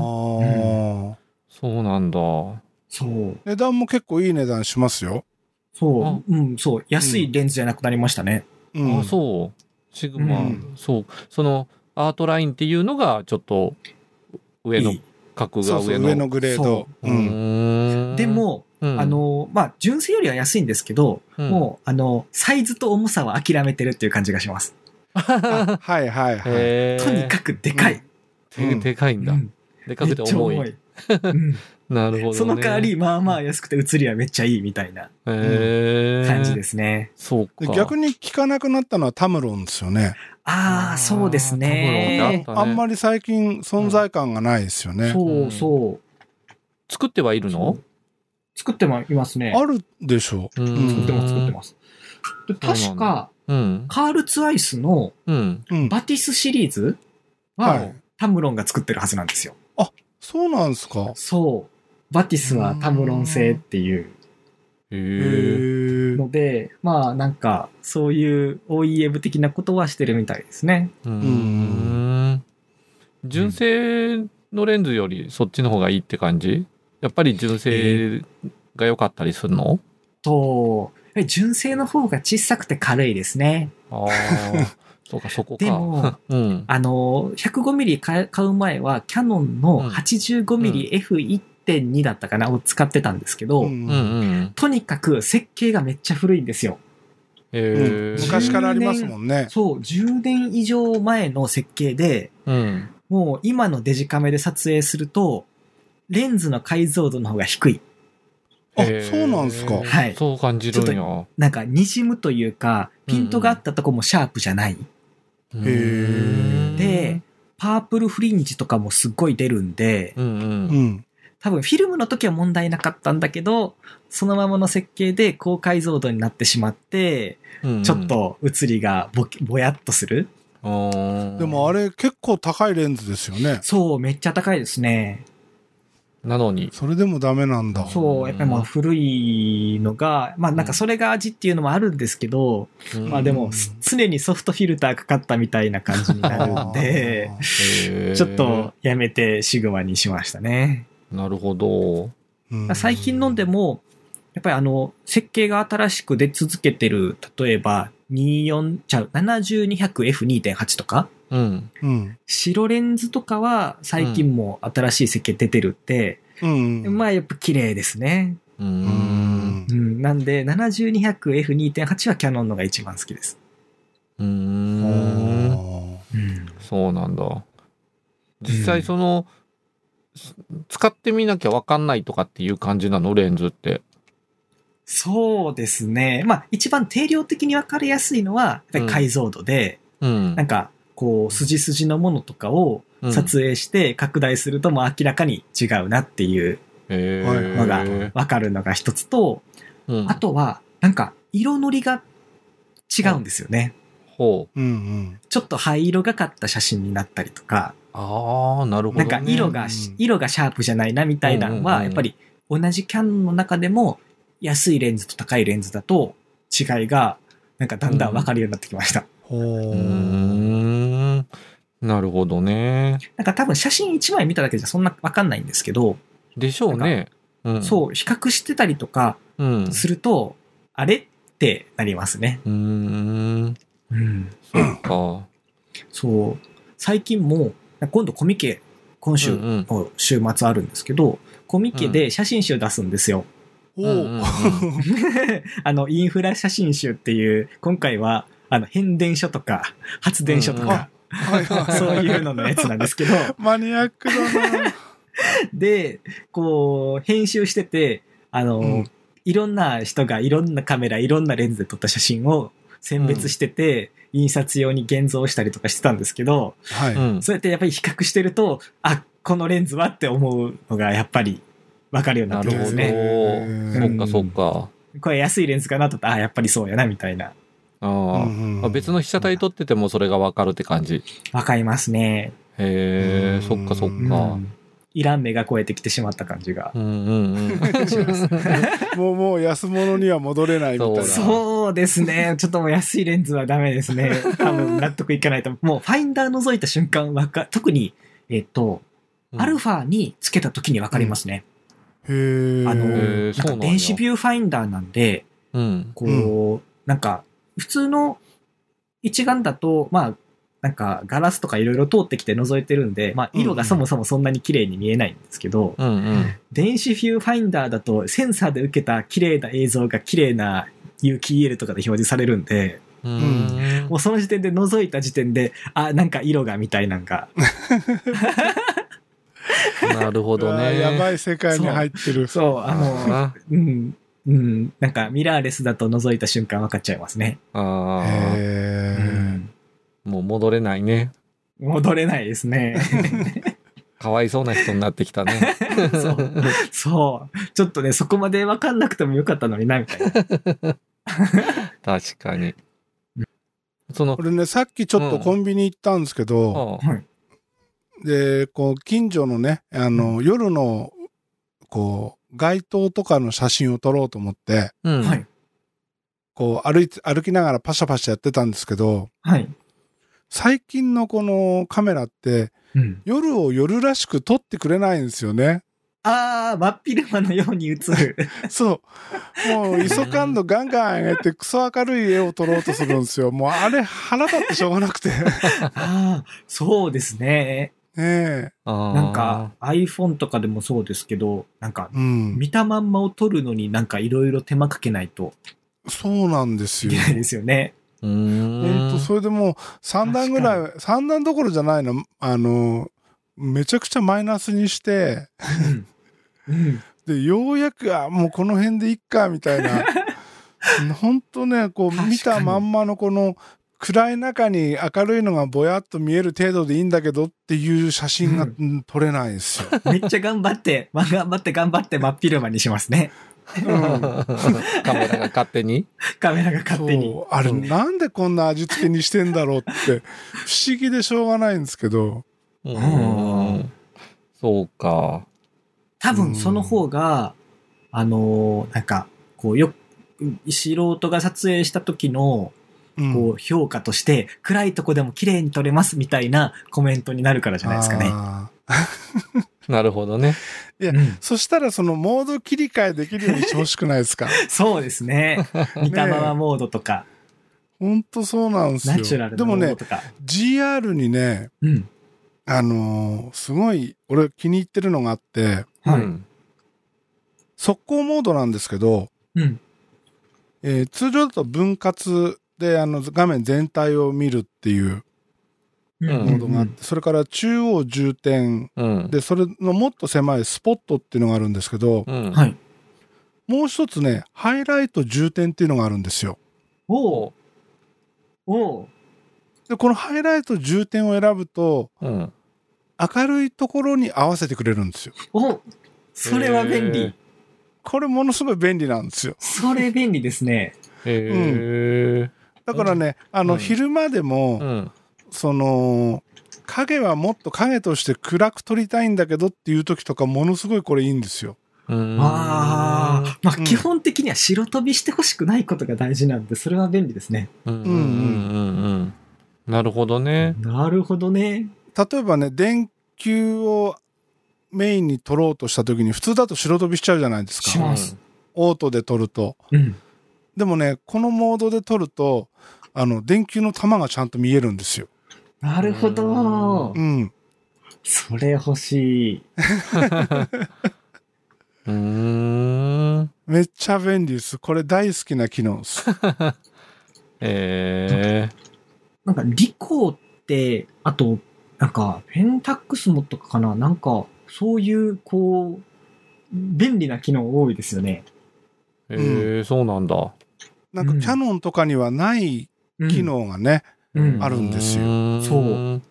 [SPEAKER 1] ああ。
[SPEAKER 2] そうなんだ。
[SPEAKER 3] そう。
[SPEAKER 1] 値段も結構いい値段しますよ。
[SPEAKER 2] あ
[SPEAKER 3] そう。うん、そう。安いレンズじゃなくなりましたね。
[SPEAKER 1] うん
[SPEAKER 2] あ、そう。シグマ、
[SPEAKER 1] うん
[SPEAKER 2] そう。そのアートラインっていうのが、ちょっと上の
[SPEAKER 3] いい、
[SPEAKER 2] 格
[SPEAKER 1] そ
[SPEAKER 2] が
[SPEAKER 1] うそう
[SPEAKER 2] 上
[SPEAKER 1] 上
[SPEAKER 2] の
[SPEAKER 1] の。グレード。
[SPEAKER 2] う
[SPEAKER 1] うん
[SPEAKER 2] ーん
[SPEAKER 3] で、も、
[SPEAKER 2] うん
[SPEAKER 3] あ、の、まあ、純正よりは安いんですけど、
[SPEAKER 2] うん
[SPEAKER 3] もう、あの、サイズと重さは諦めてるっていう感じがします。
[SPEAKER 1] あはいはいはい。
[SPEAKER 2] へー
[SPEAKER 3] とにかくでかい。
[SPEAKER 2] ででかいんだ。
[SPEAKER 3] うん
[SPEAKER 2] でかくて重い。
[SPEAKER 3] めっちゃ重いうん
[SPEAKER 2] なるほど、ね。
[SPEAKER 3] その代わり、まあまあ安くて写りはめっちゃいいみたいな
[SPEAKER 2] へー
[SPEAKER 3] 感じですね。
[SPEAKER 2] そう
[SPEAKER 1] で
[SPEAKER 2] か。
[SPEAKER 1] 逆に聞かなくなったのはタムロンですよね。
[SPEAKER 3] ああ、そうです
[SPEAKER 2] タブロンって。
[SPEAKER 3] ね
[SPEAKER 2] あ
[SPEAKER 1] あ
[SPEAKER 2] ったね
[SPEAKER 1] んまり最近存在感がないですよね。
[SPEAKER 3] そうそう。
[SPEAKER 2] 作ってはいるの
[SPEAKER 3] 作ってもいますね
[SPEAKER 1] あ。るでしょう。
[SPEAKER 2] う
[SPEAKER 1] うん
[SPEAKER 2] ん
[SPEAKER 3] 作ってます、作ってます。
[SPEAKER 2] そ
[SPEAKER 3] で
[SPEAKER 2] う
[SPEAKER 3] 確
[SPEAKER 2] なん
[SPEAKER 3] か、
[SPEAKER 2] うん。
[SPEAKER 3] カールツアイスの
[SPEAKER 2] うん。
[SPEAKER 1] うん。
[SPEAKER 3] バティスシリーズ
[SPEAKER 1] は、
[SPEAKER 3] はいタムロンが作ってるはずなんですよ。
[SPEAKER 1] そうなんですか。へ
[SPEAKER 3] そう。バティスはタムロン製っていう
[SPEAKER 2] へー
[SPEAKER 1] え。
[SPEAKER 3] ので、まあなんか、そういう OEM 的なことはしてるみたいですね。
[SPEAKER 2] うーん。純正のレンズよりそっちの方がいいって感じやっぱり純正が良かったりするの
[SPEAKER 3] と、やはり純正の方が小さくて軽いですね。
[SPEAKER 2] ああ。 そうか、そこか。
[SPEAKER 3] で も
[SPEAKER 2] うん。
[SPEAKER 3] あの、105mm 買う前は、キャノンの
[SPEAKER 2] うん
[SPEAKER 3] 85mmF1.4、 1.2だったかなを使ってたんですけど、
[SPEAKER 1] うん
[SPEAKER 2] うんうん。
[SPEAKER 3] とにかく設計がめっちゃ古いんですよ。
[SPEAKER 1] うん
[SPEAKER 2] えー、
[SPEAKER 1] 昔からありますもんね。
[SPEAKER 3] そう、10年以上前の設計で、
[SPEAKER 2] うん。
[SPEAKER 3] もう今のデジカメで撮影すると、レンズの解像度の方が低い。
[SPEAKER 1] あ
[SPEAKER 2] えー
[SPEAKER 1] そうなんすか
[SPEAKER 3] はい
[SPEAKER 2] そう感じるん
[SPEAKER 3] ち
[SPEAKER 2] や。
[SPEAKER 3] なんか、滲むというか、ピントがあったとこもシャープじゃない。
[SPEAKER 1] へー
[SPEAKER 3] で、パープルフリンジとかもすっごい出るんで、
[SPEAKER 2] うんう。
[SPEAKER 1] うんん。
[SPEAKER 3] 多分フィルムの時は問題なかったんだけど、そのままの設計で高解像度になってしまって、
[SPEAKER 2] うんうん
[SPEAKER 3] ちょっ、と写りがぼけぼやっとする。
[SPEAKER 1] でもあ
[SPEAKER 2] れ
[SPEAKER 1] れ結構高いレンズですよね。
[SPEAKER 3] そう、めっちゃ高いですね。
[SPEAKER 2] なのに。
[SPEAKER 1] それでもダメなんだ。
[SPEAKER 3] そう、やっぱりまあ古いのが、まあなんかそれが味っていうのもあるんですけど、
[SPEAKER 2] うん
[SPEAKER 3] まあでもす常にソフトフィルターかかったみたいな感じになるんで、
[SPEAKER 1] あー
[SPEAKER 2] へー
[SPEAKER 3] ちょっとやめてシグマにしましたね。
[SPEAKER 2] なるほど。
[SPEAKER 1] うん
[SPEAKER 3] 最近飲んでも、やっぱりあの、設計が新しく出続けてる、例えば、24、ちゃう、70200F2.8 とか、
[SPEAKER 2] うん。
[SPEAKER 1] うん。
[SPEAKER 3] 白レンズとかは最近も新しい設計出てるって、
[SPEAKER 1] うん。
[SPEAKER 3] まあやっぱ綺麗ですね。
[SPEAKER 2] う。
[SPEAKER 1] うんん
[SPEAKER 3] う。ん、なんで、70200F2.8 はキャノンのが一番好きです。
[SPEAKER 2] う
[SPEAKER 1] あ
[SPEAKER 2] ん。
[SPEAKER 1] ー
[SPEAKER 3] うん。
[SPEAKER 2] そうなんだ。実際その、す使ってみなきゃわかんないとかっていう感じなのレンズって。
[SPEAKER 3] そうですね。まあ一番定量的に分かりやすいのは、やっぱり解像度で、
[SPEAKER 2] うん
[SPEAKER 3] なんか、こう、筋筋のものとかを撮影して拡大するともう明らかに違うなっていう
[SPEAKER 2] 影
[SPEAKER 3] のが分かるのが一つと、あとはなんか色のりが違うんですよね。
[SPEAKER 2] ほう。
[SPEAKER 1] うんうん。
[SPEAKER 3] ちょっと灰色がかった写真になったりとか、
[SPEAKER 2] ああ、なるほ
[SPEAKER 3] な
[SPEAKER 2] ど、ね。
[SPEAKER 3] んか色
[SPEAKER 1] う
[SPEAKER 3] が
[SPEAKER 1] ん、
[SPEAKER 3] 色がシャープじゃないなみたいなの
[SPEAKER 2] うんうんうん
[SPEAKER 3] は、やっぱり同じキャノンの中でも安いレンズと高いレンズだと違いがなんかだんだん分かるようになってきました。
[SPEAKER 1] ほ
[SPEAKER 2] うー。
[SPEAKER 1] うん
[SPEAKER 2] なるほどね。
[SPEAKER 3] なんか多分写真1枚見ただけじゃそんな分かんないんですけど、
[SPEAKER 2] でしょうね。うん、
[SPEAKER 3] そう、比較してたりとか、
[SPEAKER 2] う。うん。う
[SPEAKER 3] すると、あれってなりますね。
[SPEAKER 2] ーん。
[SPEAKER 3] うん。
[SPEAKER 2] そうか。
[SPEAKER 3] そう。最近も、今度コミケ、今週
[SPEAKER 2] うんうん
[SPEAKER 3] の週末あるんですけど、コミケで写真集出すんですよ。
[SPEAKER 1] ほ
[SPEAKER 2] うんうんうん
[SPEAKER 1] う。
[SPEAKER 3] あの、インフラ写真集っていう、今回は、あの、変電所とか、発 電所とか、
[SPEAKER 1] はいはい
[SPEAKER 3] そういうののやつなんです けど、
[SPEAKER 1] マニアックだな。
[SPEAKER 3] で、こう、編集してて、あの、
[SPEAKER 1] うん
[SPEAKER 3] いろんな人がいろんなカメラ、いろんなレンズで撮った写真を選別してて、印刷用に現像したりとかしてたんですけど、
[SPEAKER 1] はい。
[SPEAKER 2] うん。
[SPEAKER 3] そうやってやっぱり比較してると、あ、このレンズはって思うのがやっぱり分かるようにな
[SPEAKER 2] な
[SPEAKER 3] って
[SPEAKER 2] る
[SPEAKER 3] るんで
[SPEAKER 2] ほ
[SPEAKER 3] す
[SPEAKER 2] ど。そっ
[SPEAKER 3] ね。
[SPEAKER 2] かそっか。
[SPEAKER 3] これ安いレンズかなと思ったら、あ、やっぱりそうやな、みたいな。
[SPEAKER 1] う
[SPEAKER 2] あー
[SPEAKER 1] んうん
[SPEAKER 2] あ。別の被写体撮っててもそれがわかるって感じ。
[SPEAKER 3] わかりますね。
[SPEAKER 2] へえ、そっかそっ
[SPEAKER 1] うん
[SPEAKER 2] か。
[SPEAKER 3] いらん目が超えてきてしまった感じが
[SPEAKER 2] う。んうんうん。
[SPEAKER 3] します
[SPEAKER 1] もうもう安物には戻れないみたいな。
[SPEAKER 2] そう
[SPEAKER 3] そうですね。ちょっともう安いレンズはダメですね。多分納得いかないと思う。もうファインダー覗いた瞬間わか、特に、えっと、アルファにつけた時にわかりますね。
[SPEAKER 1] へえ。
[SPEAKER 3] あの、
[SPEAKER 2] へ
[SPEAKER 3] な
[SPEAKER 2] ー
[SPEAKER 3] ん
[SPEAKER 2] そうな
[SPEAKER 3] か
[SPEAKER 2] んや
[SPEAKER 3] 電子ビューファインダーなんで、
[SPEAKER 2] うん。
[SPEAKER 3] こう、なんか、普通の一眼だと、まあ、なんか、ガラスとかいろいろ通ってきて覗いてるんで、まあ、
[SPEAKER 1] うんうん
[SPEAKER 3] 色がそもそもそんなに綺麗に見えないんですけど、
[SPEAKER 2] うんうん。
[SPEAKER 3] 電子フィューファインダーだと、センサーで受けた綺麗な映像が綺麗な UKEL とかで表示されるんで、
[SPEAKER 2] うん。
[SPEAKER 3] もうその時点で覗いた時点で、あ、なんか色がみたいなんか、
[SPEAKER 2] なるほど
[SPEAKER 1] うわ
[SPEAKER 2] ね。
[SPEAKER 1] やばい世界に入ってる。
[SPEAKER 3] そう、あ の、
[SPEAKER 2] あ
[SPEAKER 3] うん、うん、なんかミラーレスだと覗いた瞬間分かっちゃいますね。
[SPEAKER 2] ーあー。
[SPEAKER 1] へえ。
[SPEAKER 2] もう戻れないね。
[SPEAKER 3] 戻れないで すね。
[SPEAKER 2] かわいそうな人になってきたね。
[SPEAKER 3] そう。そう。ちょっとね、そこまで分かんなくてもよかったのにな、みたいな。
[SPEAKER 2] 確かに。その
[SPEAKER 1] こ、れね、さっきちょっとコンビニ行ったんですけど、
[SPEAKER 2] あ
[SPEAKER 1] で、こう、近所のね、あの、夜の、こう、街灯とかの写真を撮ろうと思って、
[SPEAKER 2] うん。
[SPEAKER 3] はい。
[SPEAKER 1] こう、歩いて、歩きながらパシャパシャやってたんですけど、
[SPEAKER 3] はい。
[SPEAKER 1] 最近のこのカメラって、
[SPEAKER 3] うん、
[SPEAKER 1] 夜を夜らしく撮ってくれないんですよね。
[SPEAKER 3] あー、真っ昼間のように映 る。
[SPEAKER 1] そう。もう、磯感度ガンガン上げて、クソ明るい絵を撮ろうとするんですよ。もう、あれ、腹立ってしょうがなくて。
[SPEAKER 3] あー、そうですね。
[SPEAKER 1] ね
[SPEAKER 2] な
[SPEAKER 3] なんか iPhone とかでもそうですけど、なんか
[SPEAKER 1] え。うん。
[SPEAKER 3] 見たまんまを撮るのになんかいろいろ手間かけないと
[SPEAKER 1] そうなんです
[SPEAKER 3] い
[SPEAKER 1] よ
[SPEAKER 3] け。ないですよね。
[SPEAKER 2] うー
[SPEAKER 1] 本
[SPEAKER 2] ん
[SPEAKER 1] 当それでもう3段ぐらい3段どころじゃないのあのめちゃくちゃマイナスにして
[SPEAKER 3] うん。
[SPEAKER 1] でようやくあもうこの辺でいっかみたいな 本当ねこ
[SPEAKER 3] 確か
[SPEAKER 1] う
[SPEAKER 3] に
[SPEAKER 1] 見たまんまのこの暗い中に明るいのがぼやっと見える程度でいいんだけどっていう写真が
[SPEAKER 3] う
[SPEAKER 1] うん撮れないん ですよ。
[SPEAKER 3] めっちゃ頑張って、 まあ、頑張って頑張って真っ昼間にしますね。
[SPEAKER 1] うん、
[SPEAKER 2] カメラが勝手に。
[SPEAKER 3] カメラが勝手に
[SPEAKER 1] そう。あれ
[SPEAKER 3] そう
[SPEAKER 1] なんでこんな味付けにしてんだろうって不思議でしょうがないんですけど。
[SPEAKER 2] う
[SPEAKER 3] ー
[SPEAKER 2] ん。そうか。
[SPEAKER 3] 多分その方が、あのーなんか、こうよく、素人が撮影した時の、
[SPEAKER 1] うん
[SPEAKER 3] こう、評価として、暗いとこでも綺麗に撮れますみたいなコメントになるからじゃないですかね。
[SPEAKER 1] あー
[SPEAKER 2] なるほどね。
[SPEAKER 3] うん
[SPEAKER 1] そしたらそのモード切り替えできるようにしてほしくないです か
[SPEAKER 3] そうで すね。見たままモードとか、
[SPEAKER 1] ほんとそうなんですよ。
[SPEAKER 3] ナチュラル
[SPEAKER 1] で
[SPEAKER 3] なモ
[SPEAKER 1] も
[SPEAKER 3] ード
[SPEAKER 1] ね、
[SPEAKER 3] とか。
[SPEAKER 1] GR にね、
[SPEAKER 3] うん。
[SPEAKER 1] あのーすごい俺気に入ってるのがあって、
[SPEAKER 3] はい。
[SPEAKER 2] うん
[SPEAKER 1] 速攻モードなんですけど、
[SPEAKER 3] うん。
[SPEAKER 1] えー通常だと分割であの画面全体を見るっていう
[SPEAKER 3] うん
[SPEAKER 1] モードがあって、それから中央重点
[SPEAKER 2] うん。
[SPEAKER 1] で、それのもっと狭いスポットっていうのがあるんですけど、
[SPEAKER 2] うん。。
[SPEAKER 3] はいい。
[SPEAKER 1] もう一つね、ハイライト重点っていうのがあるんですよ。
[SPEAKER 3] おうおう
[SPEAKER 1] で、このハイライト重点を選ぶと、
[SPEAKER 2] うん。
[SPEAKER 1] 明るいところに合わせてくれるんですよ。
[SPEAKER 3] おそれは便利。
[SPEAKER 1] これものすごい便利なんですよ。
[SPEAKER 3] それ便利ですね。
[SPEAKER 2] へえ。
[SPEAKER 1] だからね、あの、
[SPEAKER 2] うん
[SPEAKER 1] 昼間でも、
[SPEAKER 2] うん。
[SPEAKER 1] その、影はもっと影として暗く撮りたいんだけどっていう時とかものすごいこれいいんですよ。
[SPEAKER 2] うん
[SPEAKER 3] ああ。まあ、
[SPEAKER 1] うん
[SPEAKER 3] 基本的には白飛びしてほしくないことが大事なんで、それは便利ですね。
[SPEAKER 2] うんうんうんうんうん。なるほどね。
[SPEAKER 3] なるほどね。
[SPEAKER 1] 例えばね、電球をメインに撮ろうとした時に普通だと白飛びしちゃうじゃないです
[SPEAKER 3] し
[SPEAKER 1] か。
[SPEAKER 3] ます
[SPEAKER 1] オートで撮ると。
[SPEAKER 3] うん。
[SPEAKER 1] でもね、このモードで撮ると、あの、電球の玉がちゃんと見えるんですよ。
[SPEAKER 3] なるほど
[SPEAKER 1] う。ん。
[SPEAKER 3] それ欲しい。
[SPEAKER 2] うん。うーん。
[SPEAKER 1] めっちゃ便利です。これ大好きな機能です。
[SPEAKER 2] え
[SPEAKER 3] なんか、リコーって、あと、なんか、ペンタックスもとかかななんか、そういう、こう、便利な機能多いですよね。
[SPEAKER 2] え。ええ、そうなんだ。
[SPEAKER 1] なんか
[SPEAKER 3] うん
[SPEAKER 1] キャノンとかにはない
[SPEAKER 3] うん
[SPEAKER 1] 機。能がね、
[SPEAKER 3] うん。
[SPEAKER 1] あるんですよ
[SPEAKER 2] よ。
[SPEAKER 3] そう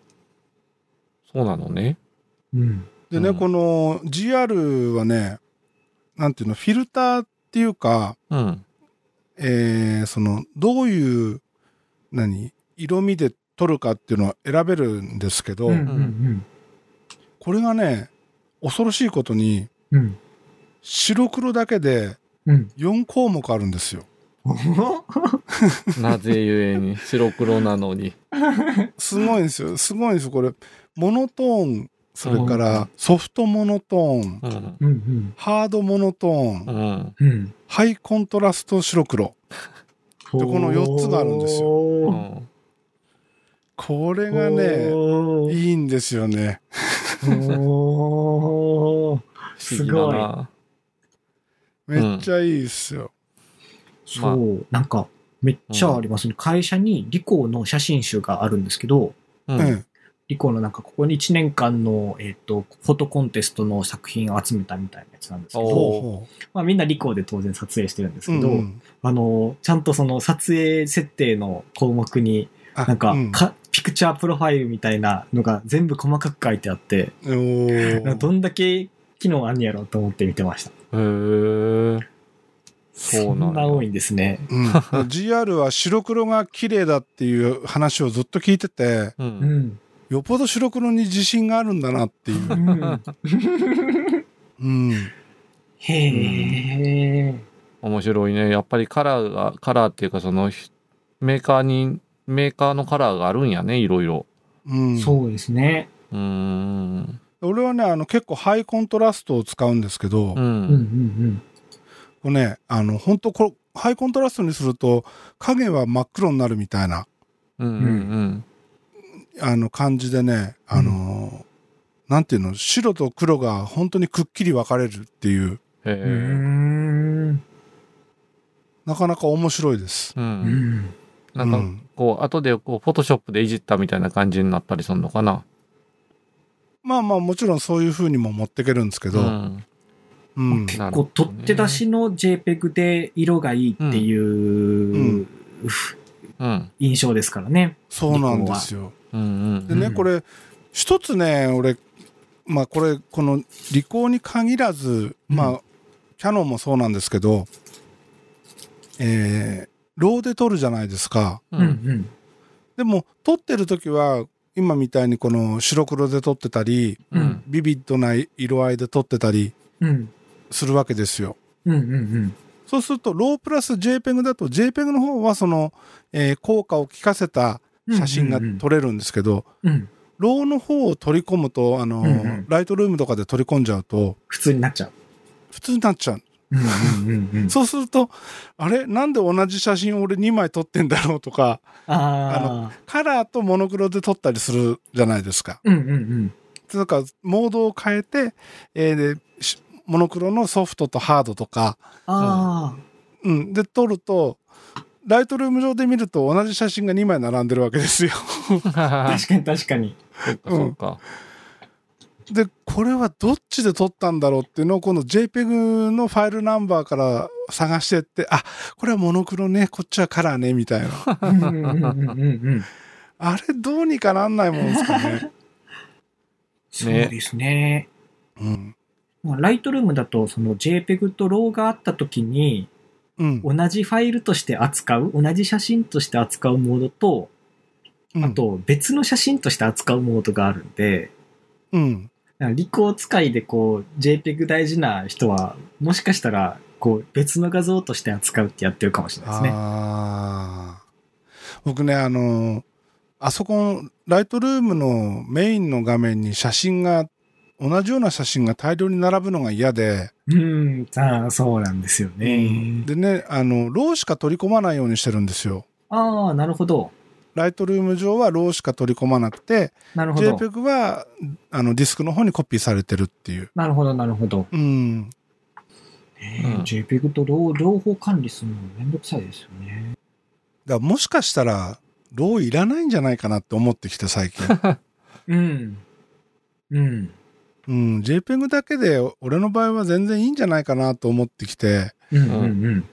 [SPEAKER 2] そうなのね。
[SPEAKER 3] うん。
[SPEAKER 1] でね、
[SPEAKER 2] うん
[SPEAKER 1] この GR はね、なんていうの、フィルターっていうか、
[SPEAKER 2] うん。
[SPEAKER 1] えーその、どういう、何、色味で撮るかっていうのを選べるんですけど、
[SPEAKER 3] うんうん
[SPEAKER 1] これがね、恐ろしいことに、
[SPEAKER 3] うん。うん。
[SPEAKER 1] 白黒だけで
[SPEAKER 3] うん。
[SPEAKER 1] 4項目あるんですよ。
[SPEAKER 2] なぜゆえに、白黒なのに。
[SPEAKER 1] すごいんです よ。すごいんですよ。これ、モノトーン、それからソフトモノトーン、
[SPEAKER 2] うん。
[SPEAKER 3] うんうん。
[SPEAKER 1] ハードモノトーン
[SPEAKER 2] う、ん。
[SPEAKER 3] うん。
[SPEAKER 1] ハイコントラスト白黒。
[SPEAKER 3] こ
[SPEAKER 1] の四つがあるんです
[SPEAKER 2] う
[SPEAKER 3] よ。
[SPEAKER 2] ん。
[SPEAKER 1] これがね、
[SPEAKER 3] おー
[SPEAKER 1] いいんですよね。
[SPEAKER 3] お
[SPEAKER 2] 不
[SPEAKER 3] ー
[SPEAKER 2] 思議だな。
[SPEAKER 1] めっちゃいいっすよ。
[SPEAKER 3] そう、なんか、めっちゃありますね。会社にリコーの写真集があるんですけど、
[SPEAKER 2] う。
[SPEAKER 1] うんん。
[SPEAKER 3] リコーのなんか、ここに1年間の、えっ、と、フォトコンテストの作品を集めたみたいなやつなんですけ
[SPEAKER 2] おー
[SPEAKER 3] ど、
[SPEAKER 1] ほうほ
[SPEAKER 3] まあみんなリコーで当然撮影してるんです
[SPEAKER 1] う。う
[SPEAKER 3] けど、
[SPEAKER 1] ん
[SPEAKER 3] あの、ちゃんとその撮影設定の項目に、
[SPEAKER 1] あ
[SPEAKER 3] なんか、
[SPEAKER 1] うん
[SPEAKER 3] かピクチャープロファイルみたいなのが全部細かく書いてあって、
[SPEAKER 1] おー
[SPEAKER 3] なんかどんだけ機能あんねやろうと思って見てました。
[SPEAKER 2] へえ。そうなんや
[SPEAKER 3] んな多いんですね。
[SPEAKER 1] うん、GR は白黒が綺麗だっていう話をずっと聞いてて、
[SPEAKER 2] う。
[SPEAKER 3] うんん。
[SPEAKER 1] よっぽど白黒に自信があるんだなっていう う。う
[SPEAKER 3] ん
[SPEAKER 1] ん。
[SPEAKER 3] へえ。
[SPEAKER 2] 面白いね。やっぱりカラーが、カラーっていうか、その、ひメーカーに、メーカーのカラーがあるんやね、いろいろ。
[SPEAKER 1] うん、
[SPEAKER 3] そうですね。
[SPEAKER 2] うーん。
[SPEAKER 1] 俺はね、あの結構ハイコントラストを使うんですけど、こ
[SPEAKER 2] う
[SPEAKER 3] うんう
[SPEAKER 2] ん。
[SPEAKER 3] ん
[SPEAKER 1] れね、あの、本当これ、ハイコントラストにすると、影は真っ黒になるみたいな、
[SPEAKER 2] うんうんうん。
[SPEAKER 1] あの、感じでね、あのーなんていうの、白と黒が本当にくっきり分かれるっていう、
[SPEAKER 2] へ
[SPEAKER 3] うー
[SPEAKER 2] え。
[SPEAKER 3] ん。
[SPEAKER 1] なかなか面白いです。
[SPEAKER 2] う。
[SPEAKER 3] うんん。
[SPEAKER 2] なんか、
[SPEAKER 1] うん
[SPEAKER 2] こう、後で、こう、フォトショップでいじったみたいな感じになったりするのかな。
[SPEAKER 1] まあまあもちろんそういう風にも持ってけるんですけど、
[SPEAKER 2] ん。
[SPEAKER 1] うん
[SPEAKER 3] 結
[SPEAKER 2] なるほ
[SPEAKER 3] 構
[SPEAKER 2] どね
[SPEAKER 3] 取って出しの JPEG で色がいいっていうふ
[SPEAKER 2] うん。
[SPEAKER 3] 印象ですからね。
[SPEAKER 1] そうなんですよ。
[SPEAKER 2] うんうん
[SPEAKER 1] でね、
[SPEAKER 3] うん
[SPEAKER 1] これ、一つね、俺、まあこれ、このリコーに限らず、まあ、
[SPEAKER 3] う
[SPEAKER 1] キャノンもそうなんですけど、えー、ローで撮るじゃないですか。
[SPEAKER 2] う。
[SPEAKER 3] うん
[SPEAKER 2] うん。
[SPEAKER 3] ん
[SPEAKER 1] でも、撮ってる時は、今みたいにこの白黒で撮ってたり、
[SPEAKER 2] うん。
[SPEAKER 1] ビビッドな色合いで撮ってたり
[SPEAKER 3] うん。うん。
[SPEAKER 1] するわけですよ。
[SPEAKER 3] うんうんうん。
[SPEAKER 1] そうすると、ロープラス JPEG だと、JPEG の方はその、えー効果を効かせた写真が撮れるんですけど、
[SPEAKER 3] うん。
[SPEAKER 1] ローの方を取り込むと、あの、
[SPEAKER 3] うんうん
[SPEAKER 1] ライトルームとかで取り込んじゃうと、
[SPEAKER 3] 普通になっちゃう。
[SPEAKER 1] 普通になっちゃう。
[SPEAKER 3] うんうんうんうん。
[SPEAKER 1] そうすると、あれなんで同じ写真を俺2枚撮ってんだろうとか、
[SPEAKER 3] ああ。
[SPEAKER 1] カラーとモノクロで撮ったりするじゃないですか。
[SPEAKER 3] うんうんうん。
[SPEAKER 1] というか、モードを変えて、えーでしモノクロのソフトとハードとか、
[SPEAKER 3] ああ。
[SPEAKER 1] うん、で撮ると、ライトルーム上で見ると同じ写真が2枚並んでるわけですよ。
[SPEAKER 3] 確かに確かに。
[SPEAKER 2] そうか、そうか。
[SPEAKER 1] で、これはどっちで撮ったんだろうっていうのを、この JPEG のファイルナンバーから探してって、あ、これはモノクロね、こっちはカラーね、みたいな。
[SPEAKER 3] うんうんうんうんうん。
[SPEAKER 1] あれ、どうにかなんないもんですかね。
[SPEAKER 3] そうですね。
[SPEAKER 1] うん。
[SPEAKER 3] まあライトルームだと、その JPEG と RAW があった時に、
[SPEAKER 1] うん。
[SPEAKER 3] 同じファイルとして扱う、同じ写真として扱うモードと、
[SPEAKER 1] うん
[SPEAKER 3] あ、と別の写真として扱うモードがあるんで、
[SPEAKER 1] うん。
[SPEAKER 3] リコー使いでこう、JPEG 大事な人は、もしかしたら、こう、別の画像として扱うってやってるかもしれないですね。
[SPEAKER 1] ああ。僕ね、あの、あそこ、ライトルームのメインの画面に写真が、同じような写真が大量に並ぶのが嫌で、
[SPEAKER 3] うん、ああ、そうなんですよね。
[SPEAKER 1] でね、あの、ローしか取り込まないようにしてるんですよ。
[SPEAKER 3] ああ、なるほど。
[SPEAKER 1] ライトルーム上はローしか取り込まなくて、
[SPEAKER 3] なるほど。
[SPEAKER 1] JPEG はあのディスクの方にコピーされてるっていう。
[SPEAKER 3] なるほど、なるほど。
[SPEAKER 1] うん。
[SPEAKER 3] ねえ JPEG と RAW 両方管理するのめんどくさいですよね。
[SPEAKER 1] だからもしかしたら、ローいらないんじゃないかなって思ってきて最 近。
[SPEAKER 3] うん。うん。
[SPEAKER 1] うん。JPEG だけで、俺の場合は全然いいんじゃないかなと思ってきて、
[SPEAKER 3] うんうん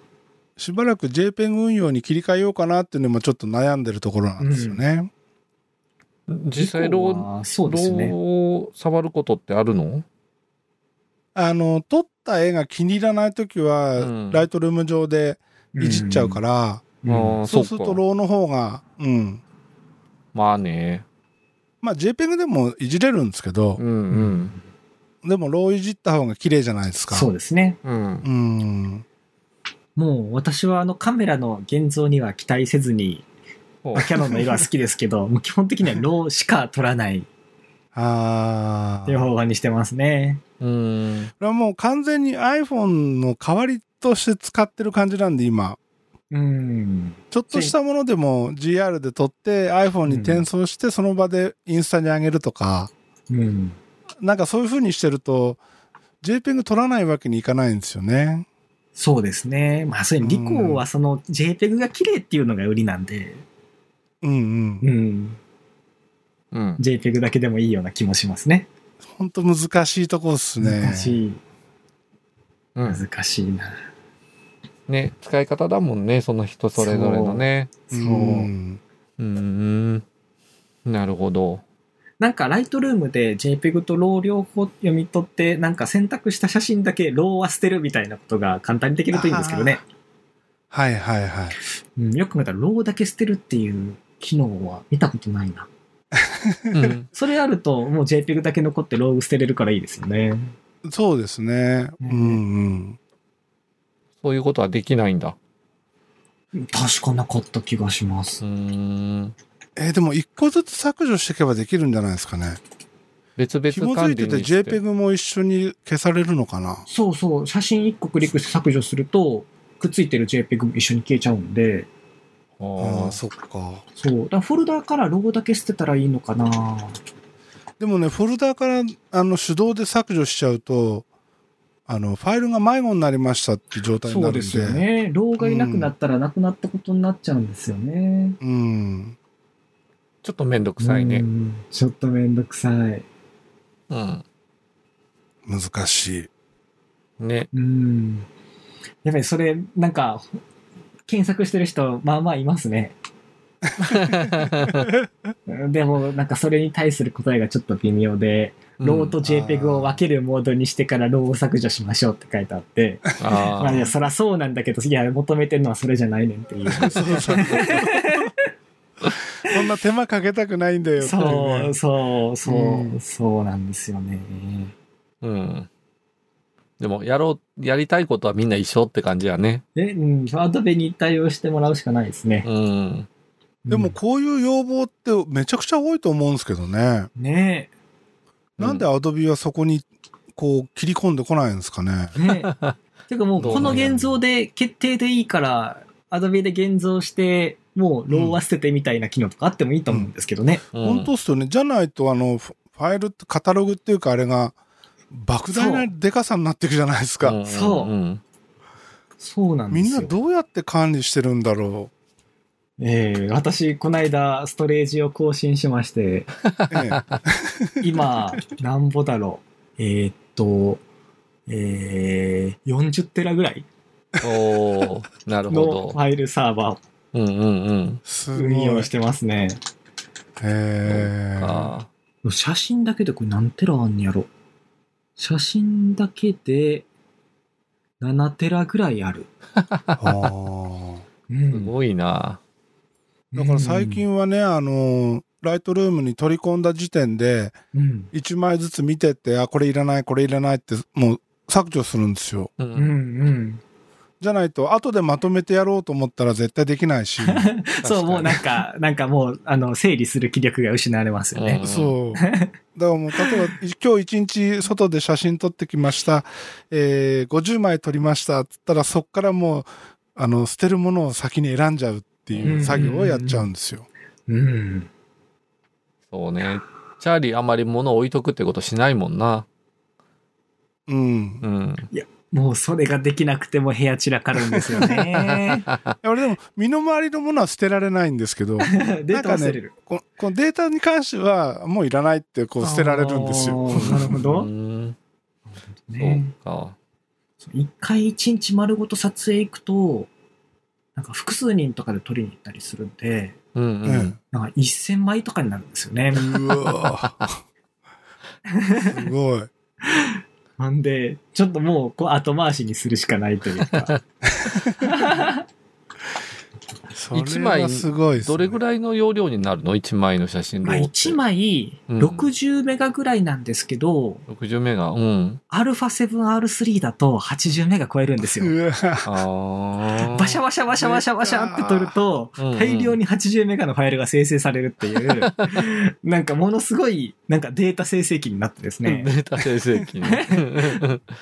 [SPEAKER 1] しばらく JPEG 運用に切り替えようかなっていうのもちょっと悩んでるところなんですよね。
[SPEAKER 2] 実際、ロー、
[SPEAKER 3] ー、そう
[SPEAKER 2] ロ
[SPEAKER 3] です
[SPEAKER 2] ー
[SPEAKER 3] ね。。
[SPEAKER 2] を触ることってあるの
[SPEAKER 1] あの、撮った絵が気に入らないときは、
[SPEAKER 2] うん
[SPEAKER 1] ライトルーム上でいじっちゃうからら、
[SPEAKER 3] うん
[SPEAKER 2] あー
[SPEAKER 1] そうする
[SPEAKER 2] そ
[SPEAKER 1] と
[SPEAKER 2] うか
[SPEAKER 1] ローの方が、うん。
[SPEAKER 2] まあね。
[SPEAKER 1] まあ JPEG でもいじれるんですけど
[SPEAKER 2] う、ん
[SPEAKER 1] でもローいじった方が綺麗じゃないですか。
[SPEAKER 3] そうですね。
[SPEAKER 2] うん。うん。
[SPEAKER 1] うん。
[SPEAKER 3] もう私はあのカメラの現像には期待せずに、
[SPEAKER 2] ほう
[SPEAKER 3] キャノンの色は好きですけど、も う基本的にはローしか撮らない
[SPEAKER 1] ああ。
[SPEAKER 3] っていう方法にしてますね。
[SPEAKER 2] うん。
[SPEAKER 1] これはもう完全に iPhone の代わりとして使ってる感じなんで今。
[SPEAKER 3] うん。
[SPEAKER 1] ちょっとしたものでも GR で撮って iPhone に転送してその場でインスタに上げるとか、
[SPEAKER 3] うん。
[SPEAKER 1] なんかそういう風にしてると JPEG 撮らないわけにいかないんですよね。
[SPEAKER 3] そうですね。まあ、それにリコはその JPEG が綺麗っていうのが売りなんで、
[SPEAKER 1] うんうん。
[SPEAKER 3] ん。
[SPEAKER 2] うん。
[SPEAKER 3] JPEG だけでもいいような気もしますね。
[SPEAKER 1] ほんと難しいとこですね。
[SPEAKER 3] 難しい。
[SPEAKER 2] うん。
[SPEAKER 3] 難しいな。
[SPEAKER 2] ね、使い方だもんね、その人それぞれのね。
[SPEAKER 3] そうう。
[SPEAKER 1] ん。
[SPEAKER 2] うーん。なるほど。
[SPEAKER 3] なんか、ライトルームで JPEG と RAW 両方読み取って、なんか選択した写真だけ RAW は捨てるみたいなことが簡単にできるといいんですけどね。
[SPEAKER 1] はいはいはい。
[SPEAKER 3] うん、よく見たら RAW だけ捨てるっていう機能は見たことないな。
[SPEAKER 2] うん。
[SPEAKER 3] それあると、もう JPEG だけ残って RAW 捨てれるからいいですよね。
[SPEAKER 1] そうですね。うんうん。
[SPEAKER 2] そういうことはできないんだ。
[SPEAKER 3] 確かなかった気がしま
[SPEAKER 2] う
[SPEAKER 3] す。
[SPEAKER 2] ーん。
[SPEAKER 1] えーでも一個ずつ削除していけばできるんじゃないですかね。
[SPEAKER 2] 別々
[SPEAKER 1] 紐づ
[SPEAKER 2] 管
[SPEAKER 1] いて
[SPEAKER 2] 理
[SPEAKER 1] て
[SPEAKER 2] にして。
[SPEAKER 1] JPEG も一緒に消されるのかな
[SPEAKER 3] そうそう、写真1個クリックして削除すると、くっついてる JPEG も一緒に消えちゃうんで、
[SPEAKER 1] あ
[SPEAKER 2] あ
[SPEAKER 1] あ、
[SPEAKER 2] あ、
[SPEAKER 1] そっか。
[SPEAKER 3] そう。だからフォルダーからロゴだけ捨てたらいいのかな
[SPEAKER 1] でもね、フォルダーからあの手動で削除しちゃうと、あの、ファイルが迷子になりましたって状態になる
[SPEAKER 3] そう
[SPEAKER 1] んで。
[SPEAKER 3] ですよね。老害なくなったらなくなったことになっちゃうんですよね。
[SPEAKER 1] うん。
[SPEAKER 2] ちょっとめんどくさいね
[SPEAKER 3] う。んちょっとめんどくさい。
[SPEAKER 2] うん。
[SPEAKER 1] 難しい。
[SPEAKER 2] ね。
[SPEAKER 3] うん。やっぱりそれ、なんか、検索してる人、まあまあいます ね。でも、なんかそれに対する答えがちょっと微妙で、ローと JPEG を分けるモードにしてからローを削除しましょうって書いてあって、
[SPEAKER 2] うんあ
[SPEAKER 3] まあいや、
[SPEAKER 2] ー
[SPEAKER 3] そらそうなんだけど、いや、求めてる のはそれじゃないねんっていう。
[SPEAKER 1] そうそうそう。そんな手間かけたくないんだよっていう
[SPEAKER 3] そ
[SPEAKER 1] ね
[SPEAKER 3] う、そう、そうう、
[SPEAKER 1] ん
[SPEAKER 3] そうなんですよね。
[SPEAKER 2] うん。でも、やろう、やりたいことはみんな一緒って感じやね。
[SPEAKER 3] え、うん、アドベに対応してもらうしかないですね。
[SPEAKER 2] うん。
[SPEAKER 1] で
[SPEAKER 3] う
[SPEAKER 1] も
[SPEAKER 3] ん、
[SPEAKER 1] こういう要望ってめちゃくちゃ多いと思うんですけどね。
[SPEAKER 3] ね
[SPEAKER 1] なんでアドビはそこにこう切り込んでこないんですかね。
[SPEAKER 3] え、ねえ。てかもう、
[SPEAKER 2] どう
[SPEAKER 3] こ
[SPEAKER 2] なんやろ
[SPEAKER 3] の現像で決定でいいから、アドベで現像して、もう、ローは捨ててみたいな機能とかあってもいいと思うんですけどね。
[SPEAKER 1] 本当っすよね。じゃないとあのフファイルってカタログっていうかあれが莫大なでかさになっていくじゃないですか。
[SPEAKER 2] うん
[SPEAKER 3] そうんそうなんで
[SPEAKER 1] みん
[SPEAKER 3] す
[SPEAKER 1] な
[SPEAKER 3] よ。
[SPEAKER 1] どうやって管理してるんだろ
[SPEAKER 3] ええ私、この間、ストレージを更新しまして、
[SPEAKER 1] う。ええ
[SPEAKER 3] 今、なんぼだろう。えーっと、えー、40テラぐらい
[SPEAKER 2] おーなるほ
[SPEAKER 3] の
[SPEAKER 2] ど
[SPEAKER 3] フ。ァイルサーバーを
[SPEAKER 2] うんうんうん。
[SPEAKER 1] すごい。
[SPEAKER 3] 運用してますね。
[SPEAKER 1] ええ
[SPEAKER 2] あ
[SPEAKER 3] 写真だけでこれ何テラあんねやろ。写真だけで7テラぐらいある。
[SPEAKER 1] あー
[SPEAKER 3] う
[SPEAKER 2] ーす
[SPEAKER 3] ん、
[SPEAKER 2] ごいな。
[SPEAKER 1] だから最近はね、あの、ライトルームに取り込んだ時点で、
[SPEAKER 3] うん、
[SPEAKER 1] 1枚ずつ見てって、あ、これいらない、これいらないって、もう削除するんですよ。
[SPEAKER 2] う。
[SPEAKER 3] うん、うんん。
[SPEAKER 1] じゃないと、後でまとめてやろうと思ったら絶対できないし。
[SPEAKER 3] そう、もうなんんか、なんかもう、あの、整理する気力が失われますよね。
[SPEAKER 1] そう。だからもう、例えば、今日一日外で写真撮ってきました。えー、50枚撮りました。つったら、そっからもう、あの、捨てるものを先に選んじゃうっていう作業をやっちゃうんですよ。
[SPEAKER 3] うん。
[SPEAKER 2] そうね。チャーリーあまり物置いとくってことしないもんな。
[SPEAKER 1] うん。
[SPEAKER 2] うん。
[SPEAKER 3] もうそれができなくても部屋散らかるんですよ ね。
[SPEAKER 1] いや俺でも、身の回りのものは捨てられないんですけ ど、
[SPEAKER 3] データ忘れる。
[SPEAKER 1] このこのデータに関しては、もういらないって、こう、捨てられるんですよ。
[SPEAKER 3] あーなる ほ
[SPEAKER 2] う
[SPEAKER 3] ど。
[SPEAKER 2] んそう
[SPEAKER 3] ね
[SPEAKER 2] か。
[SPEAKER 3] 一回一日丸ごと撮影行くと、なんか複数人とかで撮りに行ったりするんで、
[SPEAKER 2] うん
[SPEAKER 1] う
[SPEAKER 2] うんん。。
[SPEAKER 3] なんか1000枚とかになるんですよね。
[SPEAKER 1] うわ ぁすごい。
[SPEAKER 3] なんで、ちょっともうこう後回しにするしかないというか。
[SPEAKER 1] それ
[SPEAKER 2] 一
[SPEAKER 1] は
[SPEAKER 2] 枚
[SPEAKER 1] すごいですね、
[SPEAKER 2] どれぐらいの容量になるの ?1 枚の写真
[SPEAKER 3] まあ1枚
[SPEAKER 2] うん
[SPEAKER 3] 60メガぐらいなんですけど、
[SPEAKER 2] 60メガ。うん。
[SPEAKER 3] α7R3 だと80メガ超えるんですよ。
[SPEAKER 1] うわぁ
[SPEAKER 2] あ あ。
[SPEAKER 3] バシャバシャバシャバシャバシャって撮ると、
[SPEAKER 2] うんうん
[SPEAKER 3] 大量に80メガのファイルが生成されるっ ていう、なんかものすごい、なんかデータ生成器になってです
[SPEAKER 2] ね。デ
[SPEAKER 3] ね、
[SPEAKER 2] ータ生成器 ね。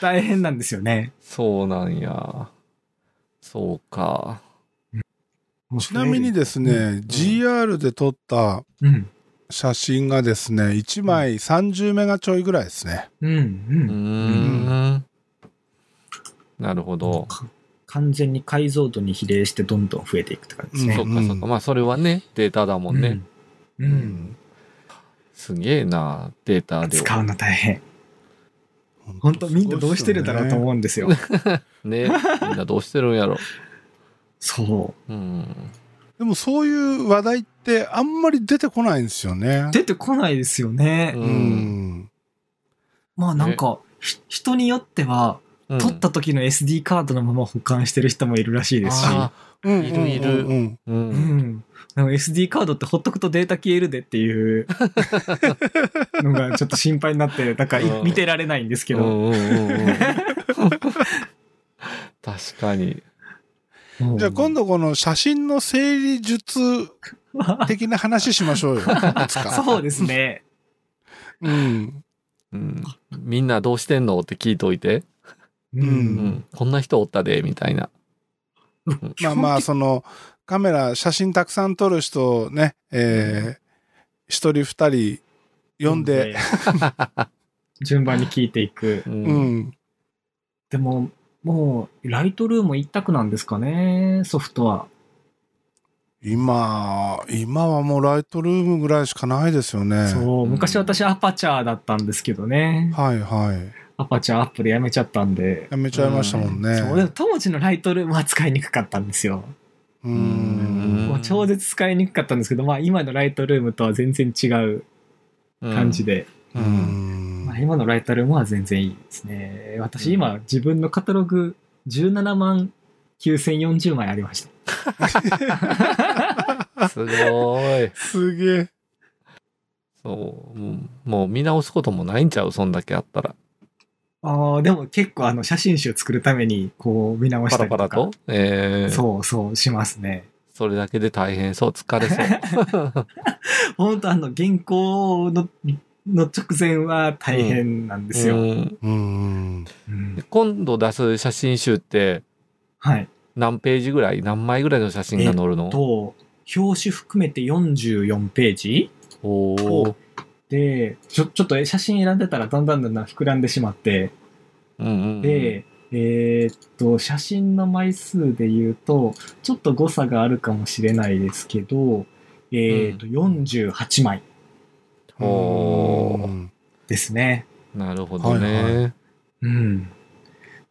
[SPEAKER 3] 大変なんですよね。
[SPEAKER 2] そうなんや。そうか。
[SPEAKER 1] ちなみにですね、GR で撮った
[SPEAKER 3] うん、
[SPEAKER 1] 写真がですね、1枚30メガちょいぐらいですね。
[SPEAKER 3] うん、う
[SPEAKER 2] うー
[SPEAKER 3] ん。
[SPEAKER 2] ん。なるほど。
[SPEAKER 3] か完全に解像度に比例してどんどん増えていくって感じですね。
[SPEAKER 2] そっかそっか。まあそれはね、データだもんね。
[SPEAKER 3] うん。うん。
[SPEAKER 2] すげえな、データ量。
[SPEAKER 3] 使うの大変。本当みんなどうしてるんだろうと
[SPEAKER 1] う。
[SPEAKER 3] 思うんですよ。
[SPEAKER 2] ね。みんなどうしてるんやろ。
[SPEAKER 3] そ
[SPEAKER 2] うん。
[SPEAKER 1] でもそういう話題ってあんまり出てこないんですよね
[SPEAKER 3] う。。出てこないですよね。
[SPEAKER 2] う
[SPEAKER 1] うんん。
[SPEAKER 3] まあなんか、ひ人によっては、
[SPEAKER 2] うん
[SPEAKER 3] 取った時の SD カードのまま保管してる人もいるらしいですし。
[SPEAKER 2] あ
[SPEAKER 1] うん
[SPEAKER 2] いるいる
[SPEAKER 1] うんうん
[SPEAKER 2] う。
[SPEAKER 3] うんん。でも SD カードってほっとくとデータ消えるでっ ていうのがちょっと心配になって、なんかい
[SPEAKER 2] うん
[SPEAKER 3] 見てられないんですけ
[SPEAKER 2] う
[SPEAKER 3] ど。
[SPEAKER 2] んうんうんうん確かに。
[SPEAKER 1] じゃあ今度この写真の整理術
[SPEAKER 3] 度
[SPEAKER 1] 的な話しましょう よ。いつか
[SPEAKER 3] そうですね。
[SPEAKER 1] うん。
[SPEAKER 2] うん、みんなどうしてんのって聞いといて、う
[SPEAKER 3] う
[SPEAKER 2] んん、こんな人おったでみたいな。
[SPEAKER 1] まあまあ、その、カメラ、写真たくさん撮る人ね、えー一人二人読んで、
[SPEAKER 3] 順番に聞いていく。
[SPEAKER 1] う
[SPEAKER 2] う。
[SPEAKER 1] んん。
[SPEAKER 3] でも、もう、ライトルーム一択なんですかね、ソフトは。
[SPEAKER 1] 今、今はもうライトルームぐらいしかないですよね。
[SPEAKER 3] そう、
[SPEAKER 2] うん
[SPEAKER 3] 昔私アパチャーだったんですけどね。
[SPEAKER 1] はいはい。
[SPEAKER 3] アパチャーアップでやめちゃったんで。
[SPEAKER 1] やめちゃいましたもんね。
[SPEAKER 3] そうでも当時のライトルームは使いにくかったんですよ。
[SPEAKER 1] う
[SPEAKER 2] うん
[SPEAKER 1] ん。
[SPEAKER 3] もう超絶使いにくかったんですけど、まあ今のライトルームとは全然違う感じで、
[SPEAKER 1] う
[SPEAKER 2] う。
[SPEAKER 1] んん
[SPEAKER 3] まあ、今のライトルームは全然いいですね。
[SPEAKER 2] う
[SPEAKER 3] 私
[SPEAKER 2] ん
[SPEAKER 3] 今自分のカタログ17万9040枚ありました。
[SPEAKER 2] すごい。
[SPEAKER 1] すげえ。
[SPEAKER 2] そう。うんもう見直すこともないんちゃうそんだけあったら。
[SPEAKER 3] ああ、でも結構あの写真集作るためにこう見直し
[SPEAKER 2] パ
[SPEAKER 3] た
[SPEAKER 2] ラ
[SPEAKER 3] り
[SPEAKER 2] パ
[SPEAKER 3] とか。
[SPEAKER 2] ラと。えー、
[SPEAKER 3] そうそうしますね。
[SPEAKER 2] それだけで大変そう。疲れそう。
[SPEAKER 3] 本当あの原稿のの直前は大変なんですよ。
[SPEAKER 2] うん
[SPEAKER 1] うん。
[SPEAKER 3] うん
[SPEAKER 2] 今度出す写真集って
[SPEAKER 3] はい。
[SPEAKER 2] 何ページぐらい何枚ぐらいの写真が載るの
[SPEAKER 3] と、表紙含めて44ページ
[SPEAKER 2] おー
[SPEAKER 3] で、ちょ、ちょっと写真選んでたらだんだんだんだん膨らんでしまって、
[SPEAKER 2] うんうんうん
[SPEAKER 3] で、えーっと、写真の枚数で言うと、ちょっと誤差があるかもしれないですけど、えーっと、48枚
[SPEAKER 2] お
[SPEAKER 1] う
[SPEAKER 2] ー
[SPEAKER 1] ん
[SPEAKER 3] ですね。
[SPEAKER 2] なるほど
[SPEAKER 1] はい
[SPEAKER 2] ね。
[SPEAKER 3] うん。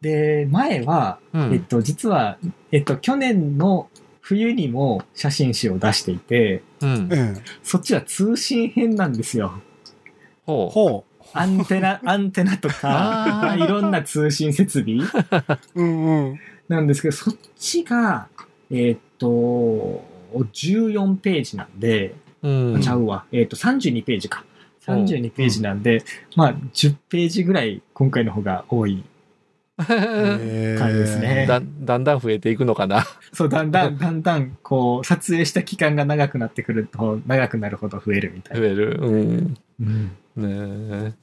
[SPEAKER 3] で、前は、
[SPEAKER 2] う
[SPEAKER 3] え
[SPEAKER 2] ん
[SPEAKER 3] っと、実は、えっと、去年の冬にも写真集を出していて、
[SPEAKER 2] うん。
[SPEAKER 1] ええ。
[SPEAKER 3] そっちは通信編なんですよ。
[SPEAKER 2] ほう。
[SPEAKER 1] ほ
[SPEAKER 3] アンテナ、アンテナと
[SPEAKER 2] あー
[SPEAKER 3] か、いろんな通信設備
[SPEAKER 1] う。うんうん。
[SPEAKER 3] なんですけど、そっちが、えーっと、14ページなんで、
[SPEAKER 2] うん
[SPEAKER 3] ちゃうわ。えーっと、32ページか。32ページなんで、まあ、10ページぐらい今回の方が多い。感
[SPEAKER 1] 感
[SPEAKER 3] じですね
[SPEAKER 2] だだんだん増えていくのかな。
[SPEAKER 3] そう、だんだん、だんだん、こう、撮影した期間が長くなってくると、長くなるほど増えるみたい
[SPEAKER 2] 増
[SPEAKER 3] な。
[SPEAKER 2] える。うん。
[SPEAKER 3] うん
[SPEAKER 2] ねえ。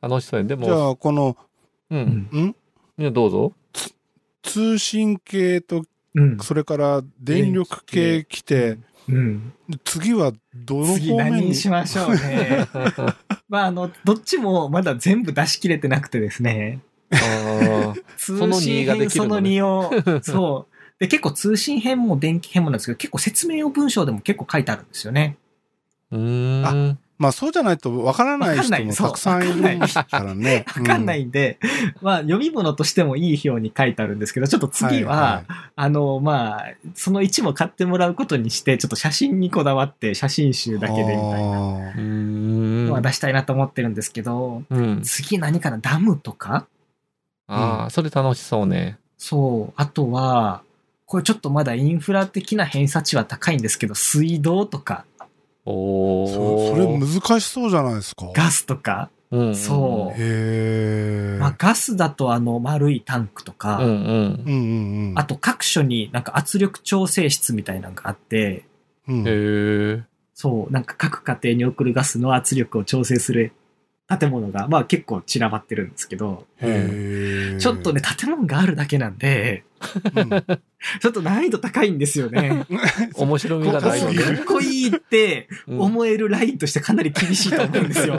[SPEAKER 2] 楽しそうや。で
[SPEAKER 1] じゃ
[SPEAKER 2] も、
[SPEAKER 1] あ、この、
[SPEAKER 2] う。
[SPEAKER 3] うんん。
[SPEAKER 1] ん
[SPEAKER 2] いやどうぞ。
[SPEAKER 1] 通信系と、
[SPEAKER 3] うん。
[SPEAKER 1] それから電力系来て、
[SPEAKER 3] うん。
[SPEAKER 1] 次はどの
[SPEAKER 3] 次
[SPEAKER 1] 方
[SPEAKER 3] 何
[SPEAKER 1] 面
[SPEAKER 3] に
[SPEAKER 1] に
[SPEAKER 3] しましょう ね。
[SPEAKER 2] あ
[SPEAKER 3] まあ、あの、どっちもまだ全部出し切れてなくてですね。
[SPEAKER 2] ー
[SPEAKER 3] 通
[SPEAKER 2] の
[SPEAKER 3] 信
[SPEAKER 2] 2がで
[SPEAKER 3] 編
[SPEAKER 2] き
[SPEAKER 3] そ
[SPEAKER 2] るの
[SPEAKER 3] の
[SPEAKER 2] ね
[SPEAKER 3] 2を。 そう。で、結構通信編も電気編もなんですけど、結構説明を文章でも結構書いてあるんですよね。
[SPEAKER 2] うーん。
[SPEAKER 1] まあそうじゃないとわからない
[SPEAKER 3] わかんない
[SPEAKER 1] 人も
[SPEAKER 3] そう
[SPEAKER 1] たくさんいるからね。
[SPEAKER 3] わかんな
[SPEAKER 1] う
[SPEAKER 3] いんで、まあ、読み物としてもいいように書いてあるんですけど、ちょっと次は、
[SPEAKER 1] はい
[SPEAKER 3] あの、まあ、その1も買ってもらうことにして、ちょっと写真にこだわって、写真集だけでみたいな
[SPEAKER 2] うー
[SPEAKER 3] のは
[SPEAKER 2] ん。
[SPEAKER 3] 出したいなと思ってるんですけど、
[SPEAKER 2] うん。
[SPEAKER 3] 次何かなダムとか
[SPEAKER 2] ああ、それ楽しそうね。
[SPEAKER 3] そう。あとは、これちょっとまだインフラ的な偏差値は高いんですけど、水道とか、
[SPEAKER 2] お
[SPEAKER 1] あー
[SPEAKER 2] お。
[SPEAKER 1] そそれ難しそうじゃないですか。
[SPEAKER 3] ガスとか、
[SPEAKER 2] うん
[SPEAKER 3] そ
[SPEAKER 1] へえ。
[SPEAKER 3] まあ、ガスだとあの丸いタンクとか、
[SPEAKER 2] うんう
[SPEAKER 1] う
[SPEAKER 2] ん。
[SPEAKER 1] んうんうん。
[SPEAKER 3] あと各所になんか圧力調整室みたいなのがあって、
[SPEAKER 1] うん、
[SPEAKER 2] へえ。
[SPEAKER 3] そう、なんか各家庭に送るガスの圧力を調整する建物が、まあ結構散らばってるんですけど、
[SPEAKER 1] へえ。
[SPEAKER 3] ちょっとね、建物があるだけなんで、
[SPEAKER 1] うん、
[SPEAKER 3] ちょっと難易度高いんですよね。
[SPEAKER 2] 面白みが
[SPEAKER 3] か
[SPEAKER 2] な
[SPEAKER 3] っ
[SPEAKER 2] いよ
[SPEAKER 1] 高すぎ
[SPEAKER 2] ね。
[SPEAKER 1] る
[SPEAKER 3] こいいって
[SPEAKER 2] うん
[SPEAKER 3] 思えるラインとしてかなり厳しいと思うんですよ。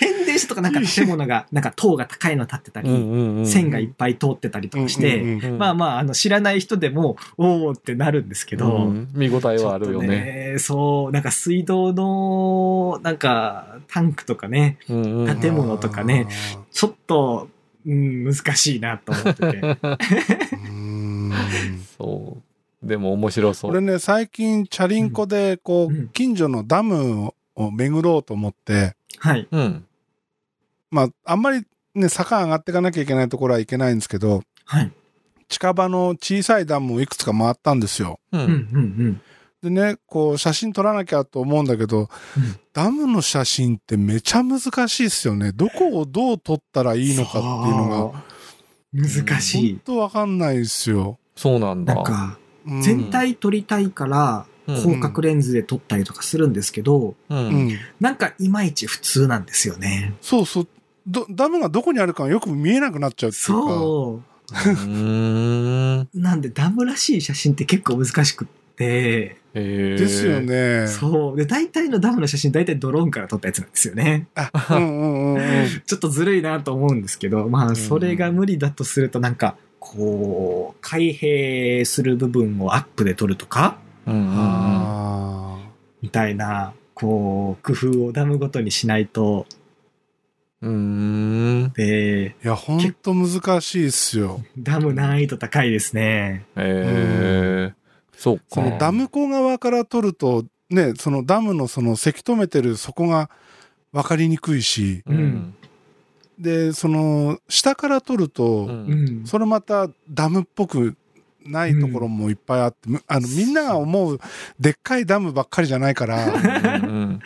[SPEAKER 3] 変電所とかなんか建物が、なんか塔が高いの立ってた
[SPEAKER 2] う
[SPEAKER 3] り、
[SPEAKER 2] んうんうん。
[SPEAKER 3] 線がいっぱい通ってたりとかし
[SPEAKER 1] うん
[SPEAKER 3] て、
[SPEAKER 1] うんうん
[SPEAKER 3] まあ
[SPEAKER 2] あ
[SPEAKER 3] まあ、あの、知らない人でも、おーってなるんですけど、
[SPEAKER 2] 見応え
[SPEAKER 3] ちょ
[SPEAKER 2] は
[SPEAKER 3] っ
[SPEAKER 2] ある
[SPEAKER 3] と
[SPEAKER 2] よね。
[SPEAKER 3] ね。そう、なんか水道の、なんか、タンクとかね、
[SPEAKER 2] うんうん
[SPEAKER 3] 建物とかね。ちょっと、うん、難しいなと思ってて。
[SPEAKER 1] あーうーん
[SPEAKER 2] そう。でも面白そう
[SPEAKER 1] 俺。ね、最近、チャリンコで、こ
[SPEAKER 3] うん
[SPEAKER 1] う、近所のダムを巡ろうと思って、
[SPEAKER 3] はい。
[SPEAKER 2] うん。
[SPEAKER 1] まあ、あんまりね、坂上がっていかなきゃいけないところはいけないんですけど、
[SPEAKER 3] はい。
[SPEAKER 1] 近場の小さいダムをいくつか回ったんですよ。
[SPEAKER 2] う。
[SPEAKER 3] うんん、うん、
[SPEAKER 1] でね、こう、写真撮らなきゃと思うんだけど、
[SPEAKER 3] うん
[SPEAKER 1] ダムの写真ってめちゃ難しいですよね。どこをどう撮ったら
[SPEAKER 3] うん。
[SPEAKER 1] いいのかっていうのが、ほ
[SPEAKER 3] そう。難し
[SPEAKER 1] ん
[SPEAKER 3] い。
[SPEAKER 1] とわかんないですよ。
[SPEAKER 2] そうなんだ。
[SPEAKER 3] なんか、
[SPEAKER 1] うん
[SPEAKER 3] 全体撮りたいか
[SPEAKER 2] う
[SPEAKER 3] ら、
[SPEAKER 2] ん
[SPEAKER 3] 広角レンズで撮ったりとかするんですけど、
[SPEAKER 1] う
[SPEAKER 2] う。
[SPEAKER 1] んん。
[SPEAKER 3] なんかいまいち普通なんですよね。
[SPEAKER 1] そうそう。どダムがどこにあるかよく見えなくなっちゃうっていうか。
[SPEAKER 3] そう
[SPEAKER 2] ーん。
[SPEAKER 3] う。なんでダムらしい写真って結構難しくって、
[SPEAKER 2] え
[SPEAKER 1] ですよ。ね。
[SPEAKER 3] そう。で、大体のダムの写真、大体ドローンから撮ったやつなんですよね。
[SPEAKER 1] あ、うんうんうんうん。
[SPEAKER 3] ちょっとずるいなと思うんですけど、まあ、それが無理だとすると、なんか、こう、開閉する部分をアップで撮るとか、
[SPEAKER 2] うんうんうん。
[SPEAKER 1] あ
[SPEAKER 3] みたいな、こう、工夫をダムごとにしないと、
[SPEAKER 2] うーん。
[SPEAKER 1] ー
[SPEAKER 3] で、
[SPEAKER 1] いや、ほんと難しいっすよ。
[SPEAKER 3] ダム難易度高いですね。
[SPEAKER 2] ええ。そうか。
[SPEAKER 1] そのダム湖側から撮ると、ね、そのダムのそのせき止めてる底が分かりにくいし、
[SPEAKER 2] うん。
[SPEAKER 1] で、その下から撮ると、
[SPEAKER 2] う。
[SPEAKER 3] うんん。
[SPEAKER 1] それまたダムっぽくないところもいっぱいあって、むあのみんなが思うでっかいダムばっかりじゃないから、
[SPEAKER 2] うん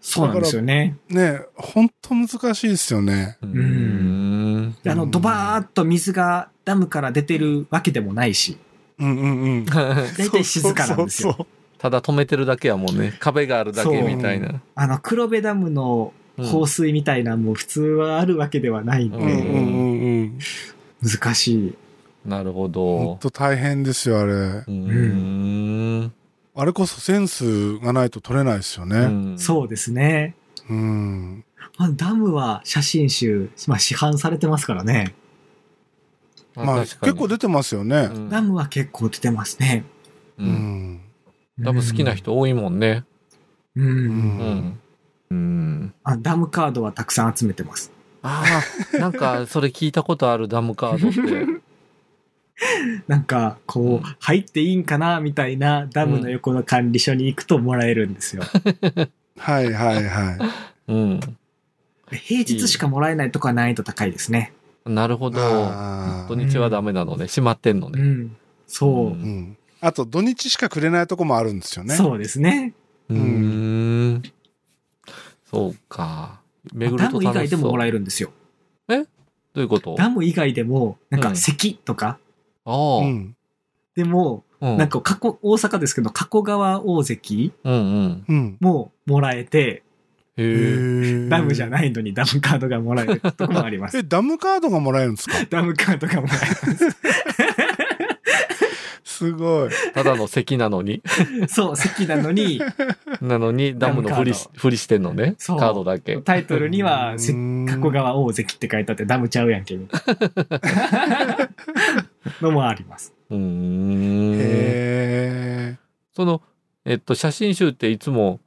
[SPEAKER 3] そうなんですよね。
[SPEAKER 1] ね、ほんと難しいですよね。
[SPEAKER 2] うん
[SPEAKER 3] ん
[SPEAKER 1] ら
[SPEAKER 3] あの、ドバーっと水がダムから出てるわけでもないし、
[SPEAKER 1] うんうんうん。
[SPEAKER 2] うん
[SPEAKER 3] 大体静かなんです
[SPEAKER 1] そ
[SPEAKER 3] よ。
[SPEAKER 1] うそう
[SPEAKER 2] ただ止めてるだけやもんね。壁があるだけみたいな。
[SPEAKER 3] あの、黒部ダムの
[SPEAKER 2] うん
[SPEAKER 3] 放水みたいな、もう普通はあるわけではないんで、
[SPEAKER 1] そう。うんうんうんうん。
[SPEAKER 3] 難しい。
[SPEAKER 2] なるほ
[SPEAKER 1] ほん
[SPEAKER 2] ど。
[SPEAKER 1] と大変ですよ、あれ
[SPEAKER 2] う。ーん。
[SPEAKER 1] あれこそセンスがないと撮れないですよ
[SPEAKER 2] う
[SPEAKER 1] ね。
[SPEAKER 2] ん
[SPEAKER 3] そうですね。
[SPEAKER 1] うん。
[SPEAKER 3] まあ、ダムは写真集、まあ、市販されてますからね。
[SPEAKER 1] まあ結構出てますよね。
[SPEAKER 3] ダムは結構出てますね。
[SPEAKER 1] う
[SPEAKER 2] うんうん
[SPEAKER 1] ん。
[SPEAKER 2] ダム好きな人多いもんね。
[SPEAKER 3] う
[SPEAKER 1] う。
[SPEAKER 3] ん。
[SPEAKER 2] うんん。うん。
[SPEAKER 3] あダムカードはたくさん集めてます。
[SPEAKER 2] ああ、なんかそれ聞いたことあるダムカードって。
[SPEAKER 3] なんか、
[SPEAKER 2] う
[SPEAKER 3] こ
[SPEAKER 2] ん
[SPEAKER 3] う、入っていいんかなみたいなダムの横の管理所に行くともらえる んですよ。
[SPEAKER 1] はいはいはい。
[SPEAKER 2] うん。
[SPEAKER 3] 平日しかもらえないとか難易度高いですね。
[SPEAKER 2] なるほど。
[SPEAKER 1] あ
[SPEAKER 2] 土
[SPEAKER 1] ー
[SPEAKER 2] 日はダメなのね。閉まってんの
[SPEAKER 3] う
[SPEAKER 2] ね。
[SPEAKER 3] ん。そう。
[SPEAKER 2] う
[SPEAKER 1] うん。あと土日しかくれないとこもあるんですよね。
[SPEAKER 3] そうですね。
[SPEAKER 2] うーん。そうか。
[SPEAKER 3] まあ
[SPEAKER 2] 巡
[SPEAKER 3] ダ
[SPEAKER 2] ると
[SPEAKER 3] ム以
[SPEAKER 2] 楽
[SPEAKER 3] 外
[SPEAKER 2] しそ
[SPEAKER 3] で
[SPEAKER 2] う。
[SPEAKER 3] もも
[SPEAKER 2] ど
[SPEAKER 3] らえるんですよ。
[SPEAKER 2] ういうこと
[SPEAKER 3] ダム以外でも、なん
[SPEAKER 2] う
[SPEAKER 3] か
[SPEAKER 2] ん
[SPEAKER 3] 関とか、
[SPEAKER 2] あ
[SPEAKER 1] うん。
[SPEAKER 3] でも、
[SPEAKER 2] あ。う
[SPEAKER 3] なん。か過去、大阪ですけど、加古川大関
[SPEAKER 2] うんうん。
[SPEAKER 1] うん。
[SPEAKER 3] ももらえて、
[SPEAKER 2] へえ。
[SPEAKER 3] ダムじゃ
[SPEAKER 1] い。
[SPEAKER 3] ないのにダムカードがもら えるとこもあります。
[SPEAKER 1] え、ダムカードがもらえるんですか
[SPEAKER 3] ダムカードがもら
[SPEAKER 1] すごい。
[SPEAKER 2] ただの席なの に。
[SPEAKER 3] える。そう、関なのに、
[SPEAKER 2] なのに、ダムのふりし
[SPEAKER 3] ダムカー
[SPEAKER 2] ふりしてんのね。
[SPEAKER 3] そう
[SPEAKER 2] カードだけ。
[SPEAKER 3] タイトルには、せ
[SPEAKER 1] うん
[SPEAKER 3] 加古川大関って書いてあってダムちゃうやんけ、みたい なのもあります。
[SPEAKER 2] うーん。
[SPEAKER 1] へ
[SPEAKER 2] その、えっと、写真集っていつも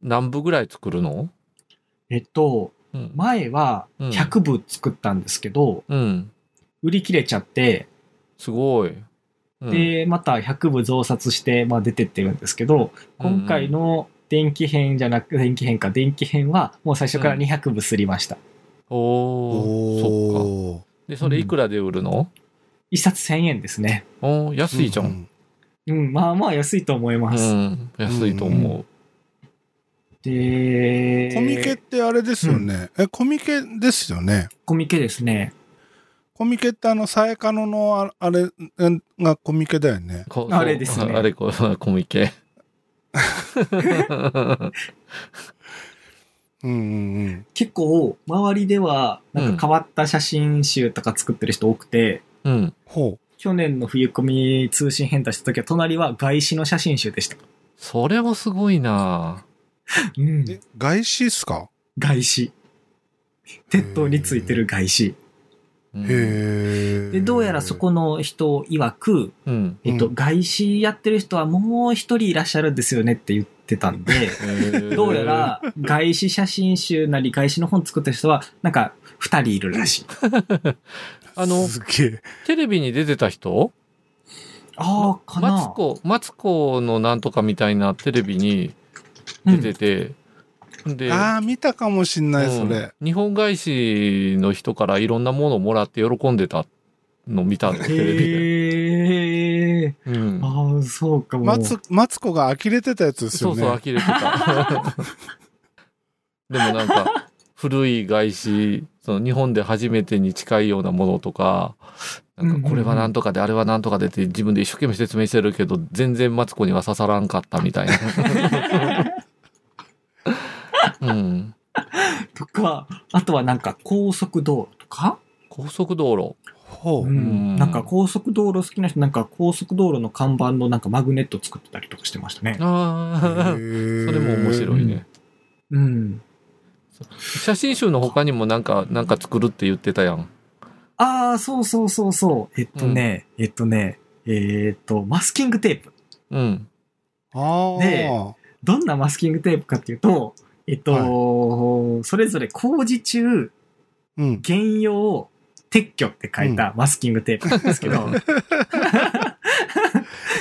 [SPEAKER 2] 何部ぐらい作るの
[SPEAKER 3] えっと、
[SPEAKER 2] うん。
[SPEAKER 3] 前は
[SPEAKER 2] うん
[SPEAKER 3] 100部作ったんですけど、
[SPEAKER 2] うん。
[SPEAKER 3] 売り切れちゃって、
[SPEAKER 2] すごい。うん、
[SPEAKER 3] で、また100部増刷して、まあ、出てってるんですけど、今回の電気編じゃなく、電気編か、電気編はもう最初から200部すりました。
[SPEAKER 2] お
[SPEAKER 1] ー。
[SPEAKER 2] おそっか。
[SPEAKER 1] おー。
[SPEAKER 2] で、それいくらで売るの、
[SPEAKER 3] 1冊1000円ですね。
[SPEAKER 2] おー安いじゃん。
[SPEAKER 3] うん、まあまあ安いと思いま
[SPEAKER 2] う
[SPEAKER 3] す。
[SPEAKER 2] ん。安いと思う。
[SPEAKER 3] で、
[SPEAKER 1] コミケってあれですよね。え、コミケですよね。
[SPEAKER 3] コミケですね。
[SPEAKER 1] コミケってあの、サエカノのああれうんがコミケだよね。
[SPEAKER 2] こ
[SPEAKER 3] あれですね
[SPEAKER 2] そうあれ こ、コミケ。
[SPEAKER 1] うんうんうん。
[SPEAKER 3] 結構、周りでは、なんか変わった写真集とか作ってる人多くて、
[SPEAKER 2] うん。
[SPEAKER 1] ほ
[SPEAKER 3] 去年の冬コミ通信変態した時は、隣は外資の写真集でした。
[SPEAKER 2] それはすごいな
[SPEAKER 3] うん
[SPEAKER 1] う。え、外資っすか
[SPEAKER 3] 外資。鉄塔についてる外資。
[SPEAKER 2] ぁうん
[SPEAKER 1] へえ。
[SPEAKER 3] で、どうやらそこの人曰く、
[SPEAKER 2] うん。
[SPEAKER 3] えっと、
[SPEAKER 1] うん
[SPEAKER 3] 外資やってる人はもう一人いらっしゃるんですよねって言ってた んで、
[SPEAKER 2] へー
[SPEAKER 3] どうや、ら外資写真集なり外資の本作った人は、なんか二人いるらしい。
[SPEAKER 2] あの、
[SPEAKER 1] すげえ。
[SPEAKER 2] テレビに出てた人
[SPEAKER 3] ああ、かな。
[SPEAKER 2] マツコ、マツコのなんとかみたいなテレビに出てて、で、
[SPEAKER 1] ああ、見たかもしんない、
[SPEAKER 2] う
[SPEAKER 1] そ
[SPEAKER 2] ん
[SPEAKER 1] れ。
[SPEAKER 2] 日本外資の人からいろんなものをもらって喜んでたの見たの、テレビで。
[SPEAKER 3] へえ。
[SPEAKER 2] うん、
[SPEAKER 3] ああ、そうかも。
[SPEAKER 1] マツ、マツコが呆れてたやつです
[SPEAKER 2] そ
[SPEAKER 1] よ
[SPEAKER 2] う
[SPEAKER 1] ね。
[SPEAKER 2] そう、呆れ てた。でもなんか、古い外資、その日本で初めてに近いようなものとか、なんかこれはなんとかで、あれはなんとかでって自分で一生懸命説明してるけど、全然マツコには刺さらんかったみた いな。うん。
[SPEAKER 3] とか、あとはなんか高速道路とか
[SPEAKER 2] 高速道路。
[SPEAKER 1] ほう。
[SPEAKER 3] う
[SPEAKER 1] へ
[SPEAKER 3] んなんか高速道路好きな人、なんか高速道路の看板のなんかマグネット作ってたりとかしてましたね。
[SPEAKER 2] ああ、
[SPEAKER 1] ー
[SPEAKER 2] それも面白いね。
[SPEAKER 3] うん。
[SPEAKER 2] 写真集の他にもなんか、なんか作るって言ってたやん。
[SPEAKER 3] ああ、そうそうそうそう。えっとね、えっとね、えーっと、マスキングテープ。
[SPEAKER 2] うん。
[SPEAKER 1] ああ。
[SPEAKER 3] でどんなマスキングテープかっていうと、えっと、それぞれ工事中、
[SPEAKER 1] うん。
[SPEAKER 3] 原用を撤去って書いたマスキングテープなんですけ ど、こ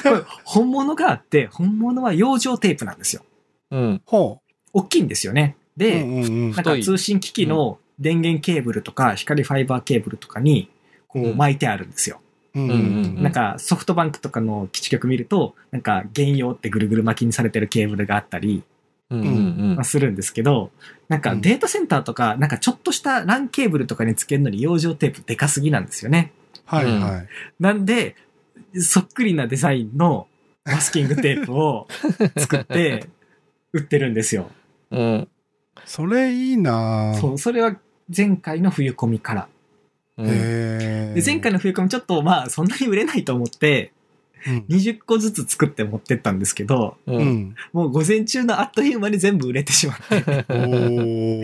[SPEAKER 3] れ本物があって、本物は養生テープなんですよ。
[SPEAKER 2] うん。
[SPEAKER 1] ほ
[SPEAKER 3] 大きいんですよね。
[SPEAKER 1] う。
[SPEAKER 3] で、
[SPEAKER 1] うんうんうん
[SPEAKER 3] なんか
[SPEAKER 2] 太い
[SPEAKER 3] 通信機器の電源ケーブルとか光ファイバーケーブルとかにこ
[SPEAKER 2] う
[SPEAKER 3] うん巻いてあるんですよ。
[SPEAKER 1] うん
[SPEAKER 2] うんうん
[SPEAKER 3] なんかソフトバンクとかの基地局見ると、なんか原用ってぐるぐる巻きにされてるケーブルがあったり
[SPEAKER 2] うんうん
[SPEAKER 3] まあするんですけど、なんかデータセンターとか、なんかちょっとした LAN ケーブルとかにつけるのに養生テープでかすぎなんですよね。
[SPEAKER 1] はい
[SPEAKER 2] うん
[SPEAKER 1] はい。
[SPEAKER 3] なんで、そっくりなデザインのマスキングテープを作って売ってるんですよ。
[SPEAKER 2] うん。うん。
[SPEAKER 1] それいいなぁ
[SPEAKER 3] そう、それは前回の冬コミから。
[SPEAKER 2] うん
[SPEAKER 1] へ
[SPEAKER 3] で
[SPEAKER 1] ー
[SPEAKER 3] 前回の冬コミちょっとまあそんなに売れないと思って
[SPEAKER 1] うん
[SPEAKER 3] 20個ずつ作って持ってったんですけど、
[SPEAKER 2] う。
[SPEAKER 1] うんん。
[SPEAKER 3] もう午前中のあっという間に全部売れてしまって、
[SPEAKER 1] おー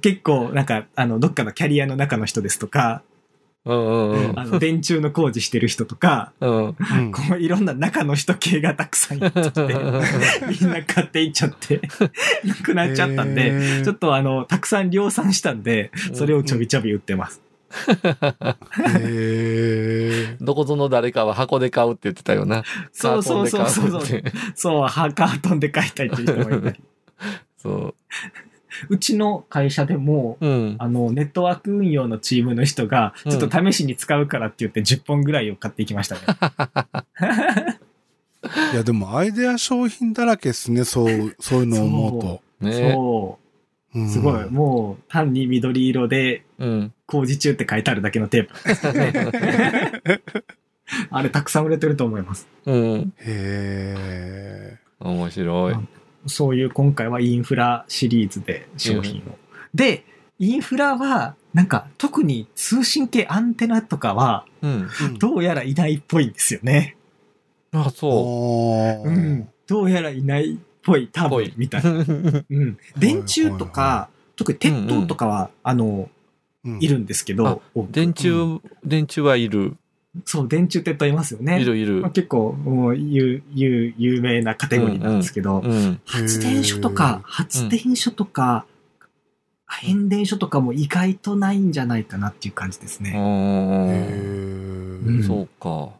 [SPEAKER 3] 結構なんかあのどっかのキャリアの中の人ですとか、
[SPEAKER 2] うんうんうん
[SPEAKER 3] あ の電柱の工事してる人とか、
[SPEAKER 2] うん。
[SPEAKER 1] うん
[SPEAKER 3] こういろんな中の人系がたくさんいっちゃ って、みんな買っていっちゃ って、なくなっちゃったんで、
[SPEAKER 1] へー
[SPEAKER 3] ちょっとあの、たくさん量産したんで、それをちょびちょび売ってます。
[SPEAKER 1] へ
[SPEAKER 2] どこぞの誰かは箱で買うって言ってたよな。
[SPEAKER 3] そうそうそうそう
[SPEAKER 2] カートンで買って。
[SPEAKER 3] そう。そう、はカートンで買いたいっていう人も いたり。
[SPEAKER 2] そう
[SPEAKER 3] ちの会社でも、。
[SPEAKER 2] うん。
[SPEAKER 3] あの、ネットワーク運用のチームの人が、
[SPEAKER 2] うん
[SPEAKER 3] ちょっと試しに使うからって言って10本ぐらいを買っていきましたね。
[SPEAKER 1] ーいや、でもアイデア商品だらけですね、そう、そういうのを思うと。
[SPEAKER 2] ね
[SPEAKER 3] そ
[SPEAKER 1] うん
[SPEAKER 3] う、すごい。もう、単に緑色で、
[SPEAKER 2] うん。
[SPEAKER 3] 工事中って書いてあるだけのテー プなんですけどねあれ、たくさん売れてると思います。
[SPEAKER 2] うん。
[SPEAKER 1] へ
[SPEAKER 2] 面白い。
[SPEAKER 3] そういう今回はインフラシリーズで商品を。で、インフラは、なんか特に通信系アンテナとかは、
[SPEAKER 2] うん。
[SPEAKER 1] ー。うん
[SPEAKER 3] どうやらいないっぽいんですよね。
[SPEAKER 2] あ、そ
[SPEAKER 1] お
[SPEAKER 3] う
[SPEAKER 1] ー
[SPEAKER 3] ん。どうやらいないっぽい、多
[SPEAKER 2] ぽ
[SPEAKER 3] 分
[SPEAKER 2] い、
[SPEAKER 3] みたいうな。。うん。電柱と
[SPEAKER 1] はいはい
[SPEAKER 3] か、特に鉄塔とかは、あの、
[SPEAKER 1] うん
[SPEAKER 3] いるんですけど、お
[SPEAKER 2] 電柱、電柱はいる。
[SPEAKER 3] そう、電柱鉄塔いますよね。
[SPEAKER 2] いるいる
[SPEAKER 3] まあ、。結構、もう、有、有、有名なカテゴリーなんですけど、
[SPEAKER 2] うん。
[SPEAKER 3] 発電所と
[SPEAKER 1] へー
[SPEAKER 3] か、発電所とか、変電所とかも意外とないんじゃないかなっていう感じです
[SPEAKER 2] う
[SPEAKER 3] ね。
[SPEAKER 1] へ
[SPEAKER 2] ん。
[SPEAKER 1] ー
[SPEAKER 3] うん
[SPEAKER 2] そうか。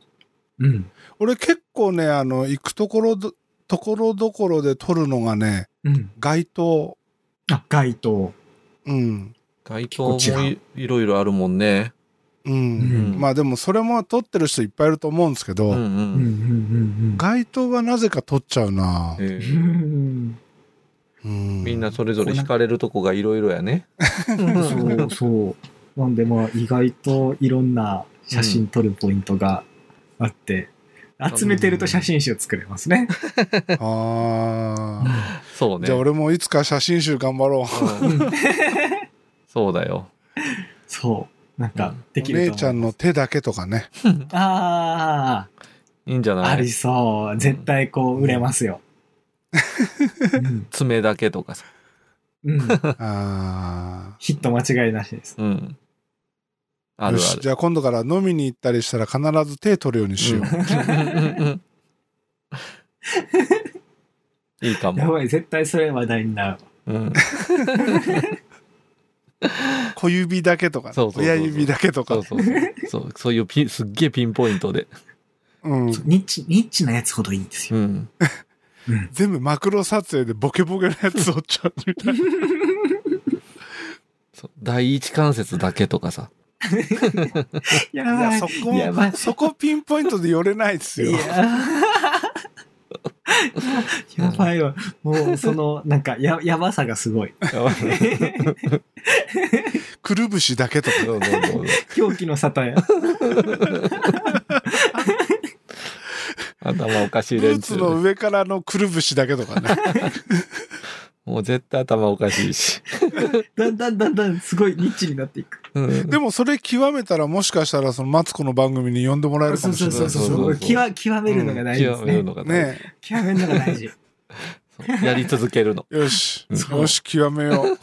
[SPEAKER 3] うん。
[SPEAKER 1] 俺結構ね、あの、行くところど、ところどころで撮るのがね、
[SPEAKER 3] うん。
[SPEAKER 1] 街灯。
[SPEAKER 3] あ、街灯。
[SPEAKER 1] うん。
[SPEAKER 2] 街灯もいいろいろあるもんね。
[SPEAKER 1] うん。
[SPEAKER 2] ん
[SPEAKER 1] まあでもそれも撮ってる人いっぱいいると思うんですけど、
[SPEAKER 2] うんう
[SPEAKER 3] うんうん
[SPEAKER 2] ん。
[SPEAKER 1] 街灯はなぜか撮っちゃうな
[SPEAKER 2] え、
[SPEAKER 3] うん
[SPEAKER 2] ー
[SPEAKER 3] う
[SPEAKER 1] う
[SPEAKER 3] ん。
[SPEAKER 1] ん、
[SPEAKER 2] みんなそれぞれ惹かれるとこがいろいろやね。
[SPEAKER 3] そうそう。なんでまあ意外といろんな写真撮るポイントがあって、集めてると写真集作れますね。
[SPEAKER 1] ああ、
[SPEAKER 2] そうね。
[SPEAKER 1] じゃあ俺もいつか写真集頑張ろう。
[SPEAKER 2] うんそうだよ。
[SPEAKER 3] そう。なんかで
[SPEAKER 1] お
[SPEAKER 3] きる
[SPEAKER 1] 姉
[SPEAKER 3] と
[SPEAKER 1] ちゃんの手だけとかね。
[SPEAKER 3] ああ。
[SPEAKER 2] いいんじゃな
[SPEAKER 3] あり
[SPEAKER 2] い
[SPEAKER 3] そう。絶対こう、売れますよ。うん
[SPEAKER 2] 爪だけとかさ。
[SPEAKER 3] うん、
[SPEAKER 1] あ
[SPEAKER 3] ヒット間違いなしです。
[SPEAKER 2] うん。
[SPEAKER 1] あ。
[SPEAKER 2] あ
[SPEAKER 1] よ
[SPEAKER 2] る
[SPEAKER 1] し
[SPEAKER 2] あ、る。
[SPEAKER 1] じゃあ今度から飲みに行ったりしたら必ず手取るようにしよう。
[SPEAKER 2] うんうんうん いいか
[SPEAKER 3] や
[SPEAKER 2] も。
[SPEAKER 3] ばい、絶対それ話題になる。
[SPEAKER 2] うん。
[SPEAKER 1] 小指だけとかね、
[SPEAKER 2] そうそうそうそう
[SPEAKER 1] 親指だけとか
[SPEAKER 2] そう。そうそう。そう、そういうピン、すっげえピンポイントで。
[SPEAKER 1] うん。
[SPEAKER 3] ニッチ、ニッチなやつほどいいんです
[SPEAKER 2] う
[SPEAKER 3] よ。
[SPEAKER 2] ん。
[SPEAKER 1] 全部マクロ撮影でボケボケのやつ撮っちゃうみたいな。
[SPEAKER 2] そう第一関節だけとかさ。
[SPEAKER 3] や
[SPEAKER 1] いや、
[SPEAKER 3] ばい。
[SPEAKER 1] そこ
[SPEAKER 3] やばい。
[SPEAKER 1] そこピンポイントで寄れないです
[SPEAKER 3] い
[SPEAKER 1] よ
[SPEAKER 3] や。やばいわ。もう、その、なんか、や、やばさがすごい。
[SPEAKER 2] やばい
[SPEAKER 1] くるぶしだけとか。
[SPEAKER 2] そうそうそう
[SPEAKER 3] 狂気の沙汰や。
[SPEAKER 2] 頭おかし
[SPEAKER 1] ブ
[SPEAKER 2] い連
[SPEAKER 1] ーツ
[SPEAKER 2] 中。
[SPEAKER 1] の上からのくるぶしだけとかね。
[SPEAKER 2] もう絶対頭おかしい し。
[SPEAKER 3] だんだんだんだんすごいニッチになっていく。
[SPEAKER 2] うん
[SPEAKER 1] でもそれ極めたらもしかしたらそのマツコの番組に呼んでもらえるか
[SPEAKER 3] そう
[SPEAKER 1] もし
[SPEAKER 3] そ
[SPEAKER 1] れ
[SPEAKER 3] う
[SPEAKER 1] ない
[SPEAKER 3] そうそう
[SPEAKER 2] そうそうそう
[SPEAKER 3] 極。極めるのが大事です
[SPEAKER 2] 極める
[SPEAKER 3] ね。
[SPEAKER 2] のが大事
[SPEAKER 1] ね
[SPEAKER 3] 極めるのが大事。
[SPEAKER 2] そうやり続けるの。
[SPEAKER 1] よし。
[SPEAKER 3] そう
[SPEAKER 1] よし、極めよう。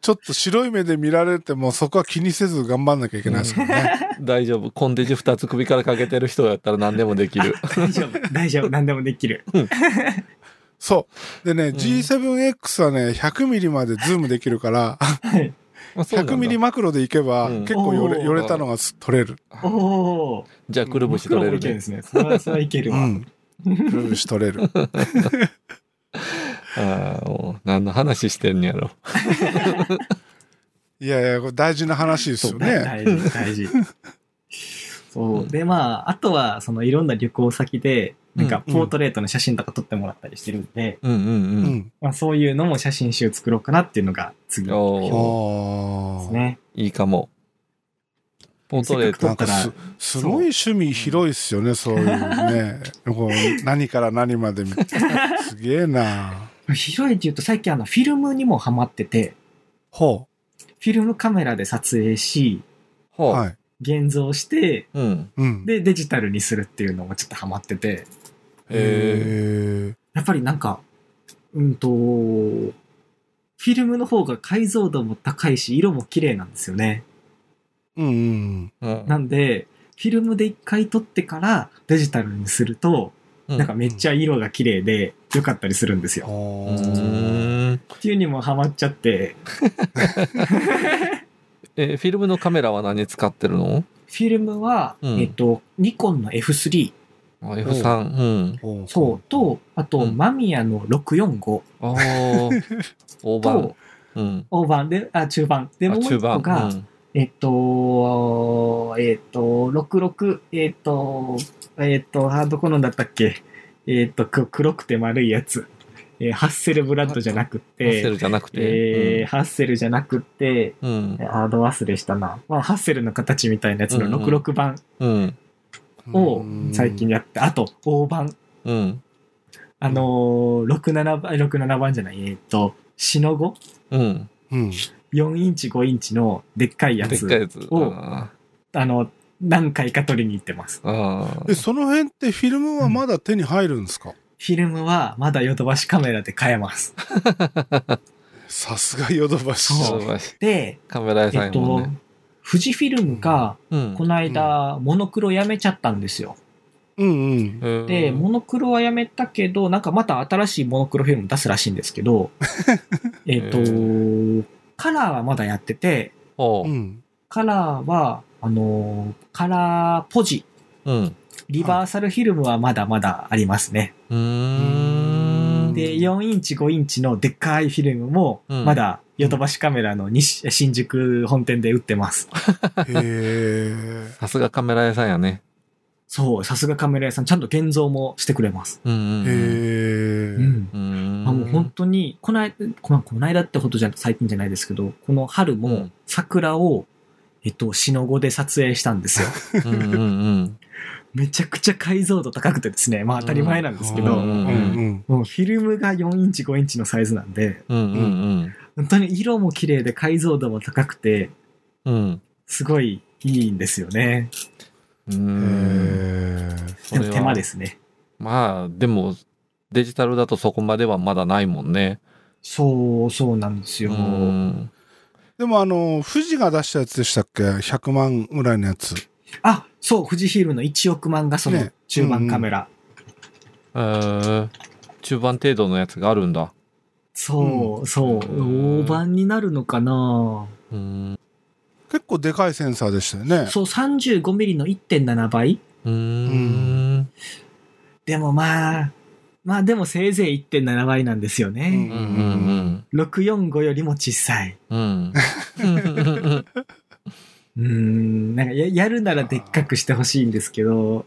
[SPEAKER 1] ちょっと白い目で見られてもそこは気にせず頑張んなきゃいけないですからね。
[SPEAKER 2] 大丈夫。コンデジ2つ首からかけてる人だったら何でもでき る。
[SPEAKER 3] 大丈夫、大丈夫、何でもできる。
[SPEAKER 1] そう。でね、
[SPEAKER 2] ん
[SPEAKER 1] G7X はね、100ミリまでズームできるから、
[SPEAKER 3] はい。
[SPEAKER 2] あそうなんだ
[SPEAKER 1] 100ミリマクロでいけば、
[SPEAKER 2] うん
[SPEAKER 1] 結構よ
[SPEAKER 3] お
[SPEAKER 1] れ
[SPEAKER 3] ー
[SPEAKER 1] よれたのがす取れる。
[SPEAKER 3] おー。
[SPEAKER 2] じゃあくるぶし
[SPEAKER 3] 僕ら
[SPEAKER 2] 取
[SPEAKER 3] も
[SPEAKER 2] れる
[SPEAKER 3] いけるん
[SPEAKER 2] ね
[SPEAKER 3] で。すね。それはそれはいける
[SPEAKER 1] う
[SPEAKER 3] わ。
[SPEAKER 1] ん。くるぶし取れる。
[SPEAKER 2] ああ、もう何の話してんやろ。
[SPEAKER 1] いやいや、これ大事な話ですよね。
[SPEAKER 3] 大事、大事。そう。で、まあ、あとは、そのいろんな旅行先で、なんか、
[SPEAKER 1] うん
[SPEAKER 3] ポートレートの写真とか撮ってもらったりしてるんで、
[SPEAKER 2] うんうん
[SPEAKER 1] う
[SPEAKER 2] うん。
[SPEAKER 1] ん。
[SPEAKER 3] まあ、そういうのも写真集作ろうかなっていうのが、次の
[SPEAKER 1] あ
[SPEAKER 2] おお、
[SPEAKER 1] ー
[SPEAKER 3] ですね。
[SPEAKER 2] いいかも。ポートレート。
[SPEAKER 1] なんかすすごい趣味広いっすよね、そういうね。こう何から何までみたいな。すげえな。
[SPEAKER 3] 広いって言うと、最近あの、フィルムにもハマってて、
[SPEAKER 1] ほ
[SPEAKER 3] フィルムカメラで撮影し、
[SPEAKER 1] う。
[SPEAKER 2] は。
[SPEAKER 1] はいい。
[SPEAKER 3] 現像して、
[SPEAKER 2] うん。
[SPEAKER 1] うん。
[SPEAKER 3] で、デジタルにするっていうのもちょっとハマってて、
[SPEAKER 2] え
[SPEAKER 1] え
[SPEAKER 3] やっぱりなんか、うんと、フィルムの方が解像度も高いし、色も綺麗なんですよね。
[SPEAKER 1] ー。うんうん。
[SPEAKER 2] えー。
[SPEAKER 3] なんで、フィルムで一回撮ってからデジタルにすると、
[SPEAKER 2] う
[SPEAKER 3] なんかめっちゃ色が綺麗で良かったりするんですよ。
[SPEAKER 2] う
[SPEAKER 1] ほー
[SPEAKER 2] ーん
[SPEAKER 3] っていうにもハマっちゃって、
[SPEAKER 2] え、フィルムのカメラは何使ってるの
[SPEAKER 3] フィルムは、
[SPEAKER 2] うん
[SPEAKER 3] えっと、ニコンの F3
[SPEAKER 2] あ ?F3。うん。
[SPEAKER 1] ほう
[SPEAKER 3] そうと、あと、
[SPEAKER 2] うん
[SPEAKER 3] マミヤの645
[SPEAKER 2] ああ。大盤
[SPEAKER 3] と。、
[SPEAKER 2] うん。
[SPEAKER 3] 大盤で、あ、中盤。で、もう
[SPEAKER 2] あ、
[SPEAKER 3] 一
[SPEAKER 2] 中
[SPEAKER 3] 個
[SPEAKER 2] 盤。
[SPEAKER 3] が、
[SPEAKER 2] うん
[SPEAKER 3] えっと、えっと、66、えっと、えっと、あ、どこのだったっけえっと、く黒くて丸いやつ。えーハッセルブラッドじゃな
[SPEAKER 2] パ
[SPEAKER 3] く
[SPEAKER 2] ステ
[SPEAKER 3] て、
[SPEAKER 2] ルじゃなく
[SPEAKER 3] えー
[SPEAKER 2] て。
[SPEAKER 3] ハッセルじゃなくて、
[SPEAKER 2] うん。
[SPEAKER 3] ハード忘れしたな。まあ、ハッセルの形みたいなやつ
[SPEAKER 2] うんう
[SPEAKER 3] の
[SPEAKER 2] ん
[SPEAKER 3] 66番
[SPEAKER 2] うん。
[SPEAKER 3] を最近。やって、あと、大番。
[SPEAKER 2] うん。
[SPEAKER 3] あのー、67番、67番じゃない、えっと、シノゴ
[SPEAKER 2] うん。
[SPEAKER 1] うん。
[SPEAKER 3] 4インチ、5インチのでっかいや
[SPEAKER 2] でっ
[SPEAKER 3] つ、
[SPEAKER 2] かいやつ。
[SPEAKER 3] を
[SPEAKER 2] あ
[SPEAKER 3] あの、何回か取りに行ってます。
[SPEAKER 2] ーあ
[SPEAKER 1] え、
[SPEAKER 2] ー。
[SPEAKER 1] その辺ってフィルムはまだ手に入るんですか
[SPEAKER 3] フィルムはまだヨドバシカメラで買えます。
[SPEAKER 1] さすがヨドバシ。
[SPEAKER 3] そう
[SPEAKER 2] そうだし
[SPEAKER 3] で、
[SPEAKER 2] カメラ屋さん
[SPEAKER 3] え
[SPEAKER 2] や
[SPEAKER 3] っ
[SPEAKER 2] も
[SPEAKER 3] と
[SPEAKER 2] んね。、
[SPEAKER 3] 富士フィルムが、
[SPEAKER 2] うん
[SPEAKER 3] この間、モノクロやめちゃったんですよ。
[SPEAKER 1] うんうん。
[SPEAKER 2] うん
[SPEAKER 3] で、モノクロはやめたけど、なんかまた新しいモノクロフィルム出すらしいんです けど、えっと
[SPEAKER 2] へ、
[SPEAKER 3] カラーはまだやってて、
[SPEAKER 2] おう
[SPEAKER 1] うん。
[SPEAKER 3] カラーは、あのー、カラーポジ、
[SPEAKER 2] うん。
[SPEAKER 3] リバーサルフィルムはまだまだありますね。
[SPEAKER 2] うーん。
[SPEAKER 3] で、
[SPEAKER 1] うん
[SPEAKER 3] 4インチ、5インチのでっかいフィルムも、
[SPEAKER 2] うん
[SPEAKER 3] まだヨドバシカメラの西新宿本店で売ってます。
[SPEAKER 1] へえ。
[SPEAKER 2] さすがカメラ屋さんやね。
[SPEAKER 3] そう、さすがカメラ屋さん、ちゃんと現像もしてくれます。
[SPEAKER 2] うんうんうん。
[SPEAKER 1] へ
[SPEAKER 3] う
[SPEAKER 1] え。
[SPEAKER 3] ん。
[SPEAKER 2] うーん
[SPEAKER 3] あもう本当に、この間、このこの間ってことじゃ、最近じゃないですけど、この春
[SPEAKER 2] う
[SPEAKER 3] も
[SPEAKER 2] ん
[SPEAKER 3] 桜を、えっと、しのごで撮影した んですよ。
[SPEAKER 2] うんうんうん。
[SPEAKER 3] めちゃくちゃ解像度高くてですね、まあ当たり前なんですけど、
[SPEAKER 1] う
[SPEAKER 2] うん
[SPEAKER 1] んうん。
[SPEAKER 3] もうフィルムが4インチ、5インチのサイズなんで、
[SPEAKER 2] うん うん
[SPEAKER 3] 本当に色も綺麗で解像度も高くて、
[SPEAKER 2] うん。うん。
[SPEAKER 3] すごいいいんですよね。
[SPEAKER 2] うー
[SPEAKER 1] へえ。
[SPEAKER 2] ん。それ
[SPEAKER 3] で
[SPEAKER 2] は
[SPEAKER 3] も手間ですね。
[SPEAKER 2] まあ、でも、デジタルだとそこまではまだないもんね。
[SPEAKER 3] そう、そうなんです
[SPEAKER 2] う
[SPEAKER 3] よ。
[SPEAKER 2] ん。
[SPEAKER 1] でもあの、富士が出したやつでしたっけ ?100 万ぐらいのやつ。
[SPEAKER 3] あ、そう、富士ヒルの1億万がその
[SPEAKER 1] ね
[SPEAKER 3] 中盤カメラ。
[SPEAKER 2] えー中盤程度のやつがあるんだ。
[SPEAKER 3] そう、そうう。
[SPEAKER 2] ん
[SPEAKER 3] 大盤になるのかな
[SPEAKER 2] うーん。
[SPEAKER 1] 結構でかいセンサーでしたよね。
[SPEAKER 3] そう、35ミリの1.7倍
[SPEAKER 2] うーん。
[SPEAKER 3] でもまあ、まあでもせいぜい1.7倍なんですよ
[SPEAKER 2] う
[SPEAKER 1] うん
[SPEAKER 3] ね。
[SPEAKER 2] うんうん。
[SPEAKER 3] 645よりも小さい。
[SPEAKER 2] うん。
[SPEAKER 3] うーん、なんかややるならでっかくしてほしいんですけど、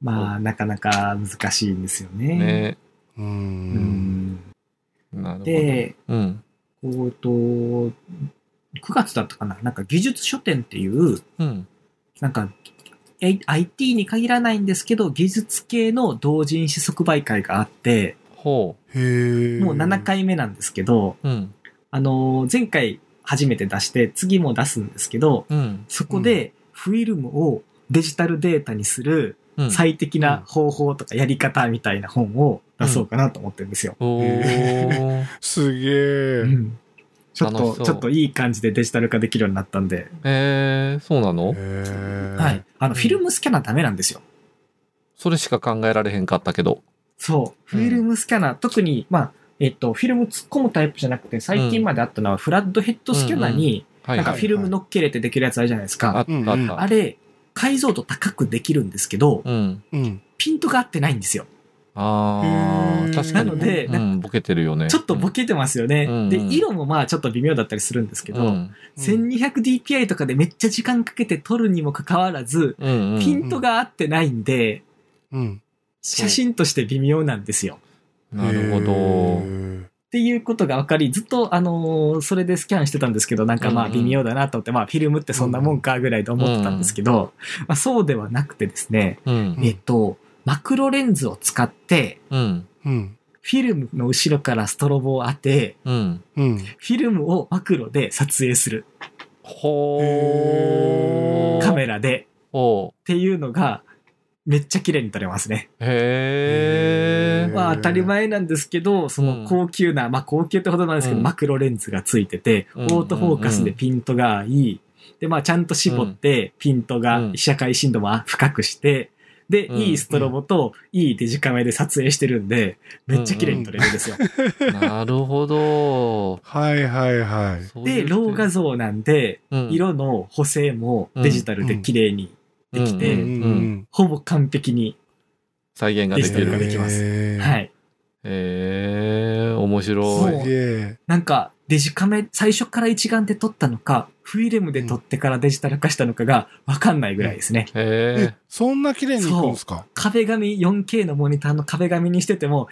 [SPEAKER 3] まあなかなか難しいんですよね。
[SPEAKER 2] ね
[SPEAKER 1] う。
[SPEAKER 3] うんん
[SPEAKER 2] なるほど。
[SPEAKER 3] で、
[SPEAKER 2] うん。
[SPEAKER 3] こうと、9月だったかななんか技術書店っていう、
[SPEAKER 2] うん。
[SPEAKER 3] なんか、え IT に限らないんですけど、技術系の同人誌即売会があって、
[SPEAKER 2] ほほ
[SPEAKER 1] へえ。
[SPEAKER 3] もう7。回目なんですけど、
[SPEAKER 2] う。うん。
[SPEAKER 3] あのー前回初めて出して、次も出すんですけど、
[SPEAKER 2] うん。
[SPEAKER 3] そこでフィルムをデジタルデータにする
[SPEAKER 2] うん。
[SPEAKER 3] 最適な方法とかやり方みたいな本を出そうかなと思ってるんですよ。
[SPEAKER 2] おー。
[SPEAKER 1] すげえ。
[SPEAKER 3] うんちょっ
[SPEAKER 2] 楽しそ
[SPEAKER 3] と、
[SPEAKER 2] う
[SPEAKER 3] ちょっといい感じでデジタル化できるようになったんで、
[SPEAKER 2] えー、そうなの
[SPEAKER 1] へー
[SPEAKER 3] はい。。あの、フィルムスキャナーダメなんですよ。
[SPEAKER 2] それしか考えられへんかったけど。
[SPEAKER 3] そう。フィルムスキャナー、特に、まあ、えっと、フィルム突っ込むタイプじゃなくて、最近まであったのは、フラッドヘッドスキャナーに、
[SPEAKER 2] はい
[SPEAKER 3] な
[SPEAKER 2] は
[SPEAKER 3] ん
[SPEAKER 2] い。
[SPEAKER 3] かフィルム乗っけれてできるやつあるじゃないです
[SPEAKER 2] あ
[SPEAKER 3] か。
[SPEAKER 2] ったあった。
[SPEAKER 1] うんうん
[SPEAKER 3] あれ、解像度高くできるんですけど、
[SPEAKER 2] うん。
[SPEAKER 1] うん。
[SPEAKER 3] ピントが合ってないんですよ。
[SPEAKER 2] あ
[SPEAKER 1] う
[SPEAKER 2] ー、
[SPEAKER 1] ん
[SPEAKER 2] 確かに。
[SPEAKER 1] なの
[SPEAKER 3] で
[SPEAKER 2] うん、ボケてるよね。
[SPEAKER 3] ちょっとボケてますよね。
[SPEAKER 2] うん
[SPEAKER 3] で、
[SPEAKER 2] うん
[SPEAKER 3] 色もまあちょっと微妙だったりするんですけ
[SPEAKER 2] け
[SPEAKER 3] ど、
[SPEAKER 2] うん。
[SPEAKER 3] 1200dpi とかでめっちゃ時間かけて撮るにもかかわらず、
[SPEAKER 2] うんうん
[SPEAKER 3] ピントが合ってないんで、
[SPEAKER 1] うん。
[SPEAKER 3] 写真として微妙なんですよ。っ
[SPEAKER 2] なるほ
[SPEAKER 1] へ
[SPEAKER 2] ど。
[SPEAKER 1] ー
[SPEAKER 3] ていうことが分かり、ずっと、あのーそれでスキャンしてたんですけど、なんか
[SPEAKER 2] う
[SPEAKER 3] まあ
[SPEAKER 2] んうん
[SPEAKER 3] 微妙だなと思って、まあフィルムってそんなもんかぐらいと思ってたんですけど、まあ、そうではなくてですね、
[SPEAKER 2] うん。
[SPEAKER 3] えっと、マクロレンズを使って、
[SPEAKER 2] うん。
[SPEAKER 1] うん。
[SPEAKER 3] フィルムの後ろからストロボを当て、
[SPEAKER 2] うん。
[SPEAKER 1] うん。
[SPEAKER 3] フィルムをマクロで撮影する。
[SPEAKER 2] ほー。
[SPEAKER 3] カメラで。
[SPEAKER 2] ほ
[SPEAKER 3] っていうのが、めっちゃ綺麗に撮れますね。
[SPEAKER 2] う。へ
[SPEAKER 1] へ
[SPEAKER 2] ー。
[SPEAKER 1] ー
[SPEAKER 3] まあ当たり前なんですけど、その高級な、まあ高級ってほどなんですけど、
[SPEAKER 2] うん
[SPEAKER 3] マクロレンズがついてて、
[SPEAKER 2] うん
[SPEAKER 3] オートフォーカスでピントがいい。で、まあちゃんと絞って、ピント
[SPEAKER 2] う
[SPEAKER 3] が
[SPEAKER 2] ん、
[SPEAKER 3] 社会深度も深くして、で、
[SPEAKER 2] うん
[SPEAKER 3] いいストロボといいデジカメで撮影してるんで、めっちゃ綺麗に撮れるんですよ。
[SPEAKER 2] なるほど。
[SPEAKER 1] はいはいはい。
[SPEAKER 2] そうい
[SPEAKER 3] で、
[SPEAKER 2] う
[SPEAKER 3] ロー画像なんで、
[SPEAKER 2] うん
[SPEAKER 3] 色の補正もデジタルで綺麗にできて、
[SPEAKER 2] うん
[SPEAKER 1] うん
[SPEAKER 3] ほぼ完璧に、
[SPEAKER 2] 再現ができ
[SPEAKER 3] デジタル
[SPEAKER 2] る
[SPEAKER 3] 化。できます
[SPEAKER 1] へー
[SPEAKER 3] はい。
[SPEAKER 2] えー、面白い。
[SPEAKER 1] すげえ。
[SPEAKER 3] なんか、デジカメ、最初から一眼で撮ったのか、フィルムで撮ってからデジタル化したのかがわかんないぐらいですね。
[SPEAKER 2] え
[SPEAKER 1] え、そんな綺麗にいくんですか
[SPEAKER 3] 壁紙、4K のモニターの壁紙にしてても、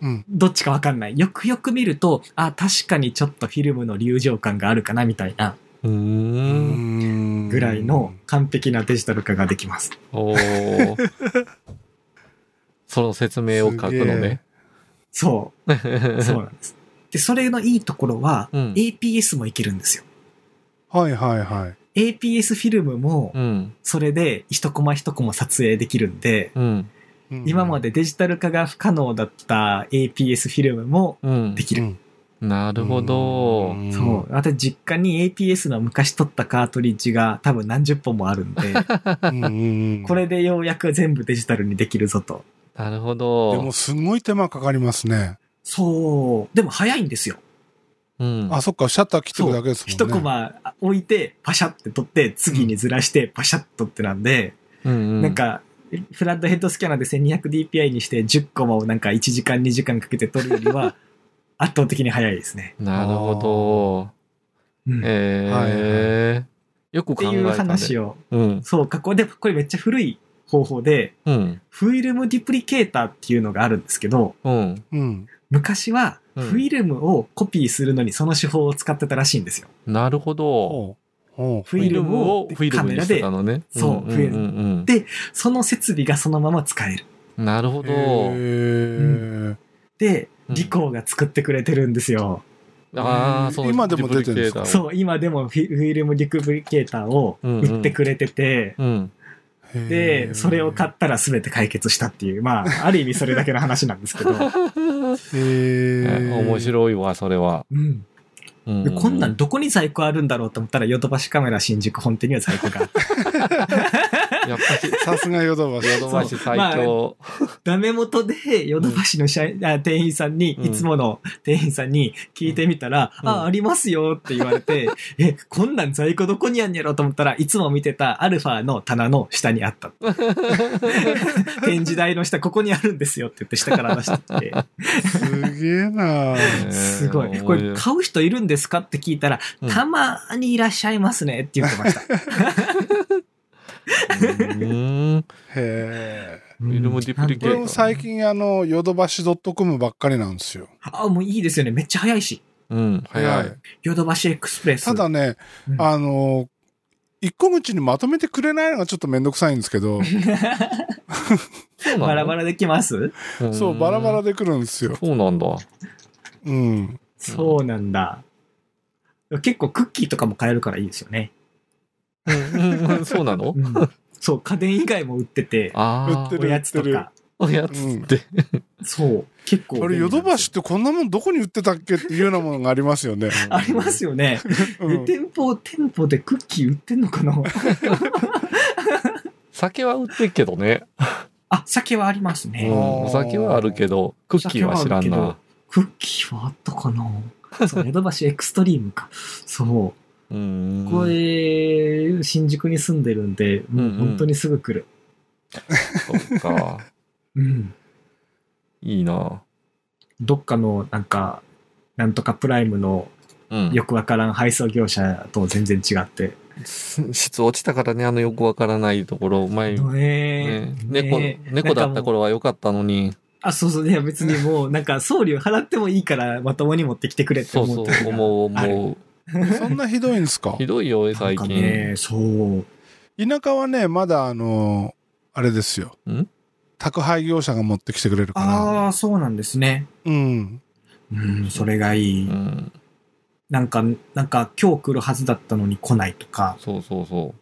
[SPEAKER 1] うん。
[SPEAKER 3] どっちかわかんない。よくよく見ると、あ、確かにちょっとフィルムの流浄感があるかな、みたいな
[SPEAKER 2] ー。う
[SPEAKER 1] う
[SPEAKER 2] ーん。
[SPEAKER 1] ん
[SPEAKER 3] ぐらいの完璧なデジタル化ができます。
[SPEAKER 2] おー。 その説明を書くのね。。
[SPEAKER 3] そうそうなんです。で、それのいいところは、
[SPEAKER 2] うん
[SPEAKER 3] APS もいけるんですよ。
[SPEAKER 1] はいはいはい。
[SPEAKER 3] APS フィルムも
[SPEAKER 2] う、ん。
[SPEAKER 3] それで一コマ一コマ撮影できるんで、
[SPEAKER 2] うん。
[SPEAKER 1] うん
[SPEAKER 3] 今までデジタル化が不可能だった APS フィルムも
[SPEAKER 2] うん
[SPEAKER 3] で。きる。
[SPEAKER 2] なるほど。
[SPEAKER 1] ん
[SPEAKER 3] そう。私、実家に APS の昔取ったカートリッジが多分何十本もある んで、
[SPEAKER 1] うんうん
[SPEAKER 3] これでようやく全部デジタルにできるぞと。
[SPEAKER 2] なるほ
[SPEAKER 1] で
[SPEAKER 2] ど
[SPEAKER 1] も。すごい手間かかりますね。
[SPEAKER 3] そう。でも早いんですよ。
[SPEAKER 2] うん。
[SPEAKER 1] あ、そっか、シャッター切ってくだけですもんね。
[SPEAKER 3] 一コマ置いて、パシャって取って、次にずらして、パシャっとってなんで、
[SPEAKER 2] うんうん
[SPEAKER 3] なん、か、フラッドヘッドスキャナーで 1200dpi にして10コマをなんか1時間2時間かけて取るより は、圧倒的に早いですね。
[SPEAKER 2] なるほど。
[SPEAKER 3] うん
[SPEAKER 2] えー。よく
[SPEAKER 3] って
[SPEAKER 2] 考えたね。
[SPEAKER 3] いう話を
[SPEAKER 2] うん。
[SPEAKER 3] そう、過去で、これめっちゃ古い方法で、
[SPEAKER 2] うん。
[SPEAKER 3] フィルムデュプリケーターっていうのがあるんですけど、
[SPEAKER 2] うん。
[SPEAKER 1] うん。
[SPEAKER 3] 昔は
[SPEAKER 2] う
[SPEAKER 3] フ
[SPEAKER 2] ん
[SPEAKER 3] ィルムをコピーするのにその手法を使ってたらしいんですよ。
[SPEAKER 2] なるほど。
[SPEAKER 1] ほう。ほ
[SPEAKER 3] フィルムを
[SPEAKER 2] フィル
[SPEAKER 3] カ
[SPEAKER 2] ム
[SPEAKER 3] メ
[SPEAKER 2] に
[SPEAKER 3] ラ
[SPEAKER 2] して
[SPEAKER 3] で
[SPEAKER 2] た、のね。
[SPEAKER 3] そ
[SPEAKER 2] うん
[SPEAKER 3] う
[SPEAKER 2] うん
[SPEAKER 3] フィルム
[SPEAKER 2] うん
[SPEAKER 3] でその設備がそのまま使える。
[SPEAKER 2] うん。なるほ
[SPEAKER 1] う。
[SPEAKER 2] ど。
[SPEAKER 1] へー
[SPEAKER 3] で、
[SPEAKER 2] うん
[SPEAKER 3] リコーが作ってくれてるんですよ。
[SPEAKER 2] ああ、そう
[SPEAKER 1] 今でも出てるんですか
[SPEAKER 2] デュプリケーターを
[SPEAKER 3] そう、今でもフィフィルムデュプリケーターを売ってくれてて、
[SPEAKER 2] うん。
[SPEAKER 1] へー
[SPEAKER 3] で、それを買ったら全て解決したっていう、まあ、ある意味それだけの話な んですけど、
[SPEAKER 1] へ
[SPEAKER 2] え
[SPEAKER 1] ー
[SPEAKER 2] 面白いわ、それは。
[SPEAKER 3] うん。
[SPEAKER 2] う
[SPEAKER 3] で
[SPEAKER 2] ん
[SPEAKER 3] こんなんどこに在庫あるんだろうと思ったら、ヨドバシカメラ新宿本店には在庫があった。
[SPEAKER 2] やっぱし、
[SPEAKER 1] さすがヨドバシ。
[SPEAKER 2] ヨドバシ最強。
[SPEAKER 3] ダメ元でヨドバシの社員、あ店員さんに、
[SPEAKER 2] うん
[SPEAKER 3] いつもの店員さんに聞いてみたら、
[SPEAKER 2] うん
[SPEAKER 3] あ、ありますよって言われて、 え、こんなん在庫どこにあんやろうと思ったらいつも見てたアルファの棚の下にあ った。展示台の下、ここにあるんですよって言って下から出して きて。
[SPEAKER 1] すげえな
[SPEAKER 2] ね
[SPEAKER 3] すごい。
[SPEAKER 2] 面
[SPEAKER 3] こ
[SPEAKER 2] 白
[SPEAKER 3] れ買う人いるんですかって聞いたら、
[SPEAKER 2] うん
[SPEAKER 3] たまにいらっしゃいますねって言って ました。
[SPEAKER 2] うん。
[SPEAKER 1] へー
[SPEAKER 2] ィルムデュプリ
[SPEAKER 1] こ
[SPEAKER 2] ケーター
[SPEAKER 1] れも最近あの、ヨドバシ .com ばっかりなんですよ。
[SPEAKER 3] あ、もういいですよね。めっちゃ早いし。
[SPEAKER 2] うん、早い。
[SPEAKER 3] ヨドバシエクスプレス。
[SPEAKER 1] ただね、
[SPEAKER 3] うん
[SPEAKER 1] あの、一個口にまとめてくれないのがちょっとめんどくさいんですけど、
[SPEAKER 2] そう
[SPEAKER 3] バ
[SPEAKER 2] な
[SPEAKER 3] ラ
[SPEAKER 2] の
[SPEAKER 3] バラできます
[SPEAKER 1] そう、バラバラ
[SPEAKER 2] で。
[SPEAKER 1] で来るんですよ。
[SPEAKER 2] そうなん だ。
[SPEAKER 1] うん。
[SPEAKER 3] そうなんだ。結構クッキーとかも買えるからいいですよね。
[SPEAKER 2] うんうんそうなの
[SPEAKER 3] うんそう、家電以外も売ってて、
[SPEAKER 2] あ
[SPEAKER 1] 売って
[SPEAKER 2] あ、
[SPEAKER 1] る
[SPEAKER 3] おやつと
[SPEAKER 1] 売ってる
[SPEAKER 3] か。
[SPEAKER 2] おやつって。
[SPEAKER 3] そう、結構。
[SPEAKER 1] あれ、ヨドバシっ。てこんなもんどこに売ってたっけっていうようなものがありますよね。
[SPEAKER 3] ありますよね。
[SPEAKER 1] う
[SPEAKER 3] で
[SPEAKER 1] ん、
[SPEAKER 3] 店舗、店舗でクッキー売ってんのかな
[SPEAKER 2] 酒は売ってっけどね。
[SPEAKER 3] あ、酒はあります
[SPEAKER 2] うん
[SPEAKER 3] ね。
[SPEAKER 2] お酒はあるけど、クッキーは知らん
[SPEAKER 3] 酒はあ
[SPEAKER 2] な
[SPEAKER 3] る。クッキーはあったかなそう、ヨドバシエクストリームか。そう。
[SPEAKER 2] うん。
[SPEAKER 3] これ、新宿に住んでるんで、もう本当にすぐ来る。
[SPEAKER 2] そっか。
[SPEAKER 3] うん。
[SPEAKER 2] いいな。
[SPEAKER 3] どっかの、なんか、なんとかプライムの
[SPEAKER 2] うん。
[SPEAKER 3] よくわからん配送業者と全然違って。
[SPEAKER 2] 質落ちたからね、あのよくわからないところ、前、ね
[SPEAKER 3] ね
[SPEAKER 2] 猫、猫だった。
[SPEAKER 3] なんかもう
[SPEAKER 2] 頃は良かったのに、
[SPEAKER 3] あ、そうそう、いや別にもう、なんか送料払ってもいいからまともに持ってきてくれって
[SPEAKER 2] そ
[SPEAKER 3] 思
[SPEAKER 2] うそうう
[SPEAKER 3] 時、が
[SPEAKER 2] 思う、
[SPEAKER 3] ある
[SPEAKER 2] 思
[SPEAKER 1] そんなひどいんですか
[SPEAKER 2] う。ひどいよ、
[SPEAKER 3] な
[SPEAKER 2] 最
[SPEAKER 3] んか
[SPEAKER 2] 近。
[SPEAKER 3] ね、そう。
[SPEAKER 1] 田舎はね、まだあの、あれですよ
[SPEAKER 2] ん。
[SPEAKER 1] 宅配業者が持ってきてくれるから。
[SPEAKER 3] ああ、そうなんですね。
[SPEAKER 1] うん。
[SPEAKER 3] うん、それがいい。
[SPEAKER 2] うん。
[SPEAKER 3] なんか、なんか今日来るはずだったのに来ないとか、
[SPEAKER 2] そうそうそ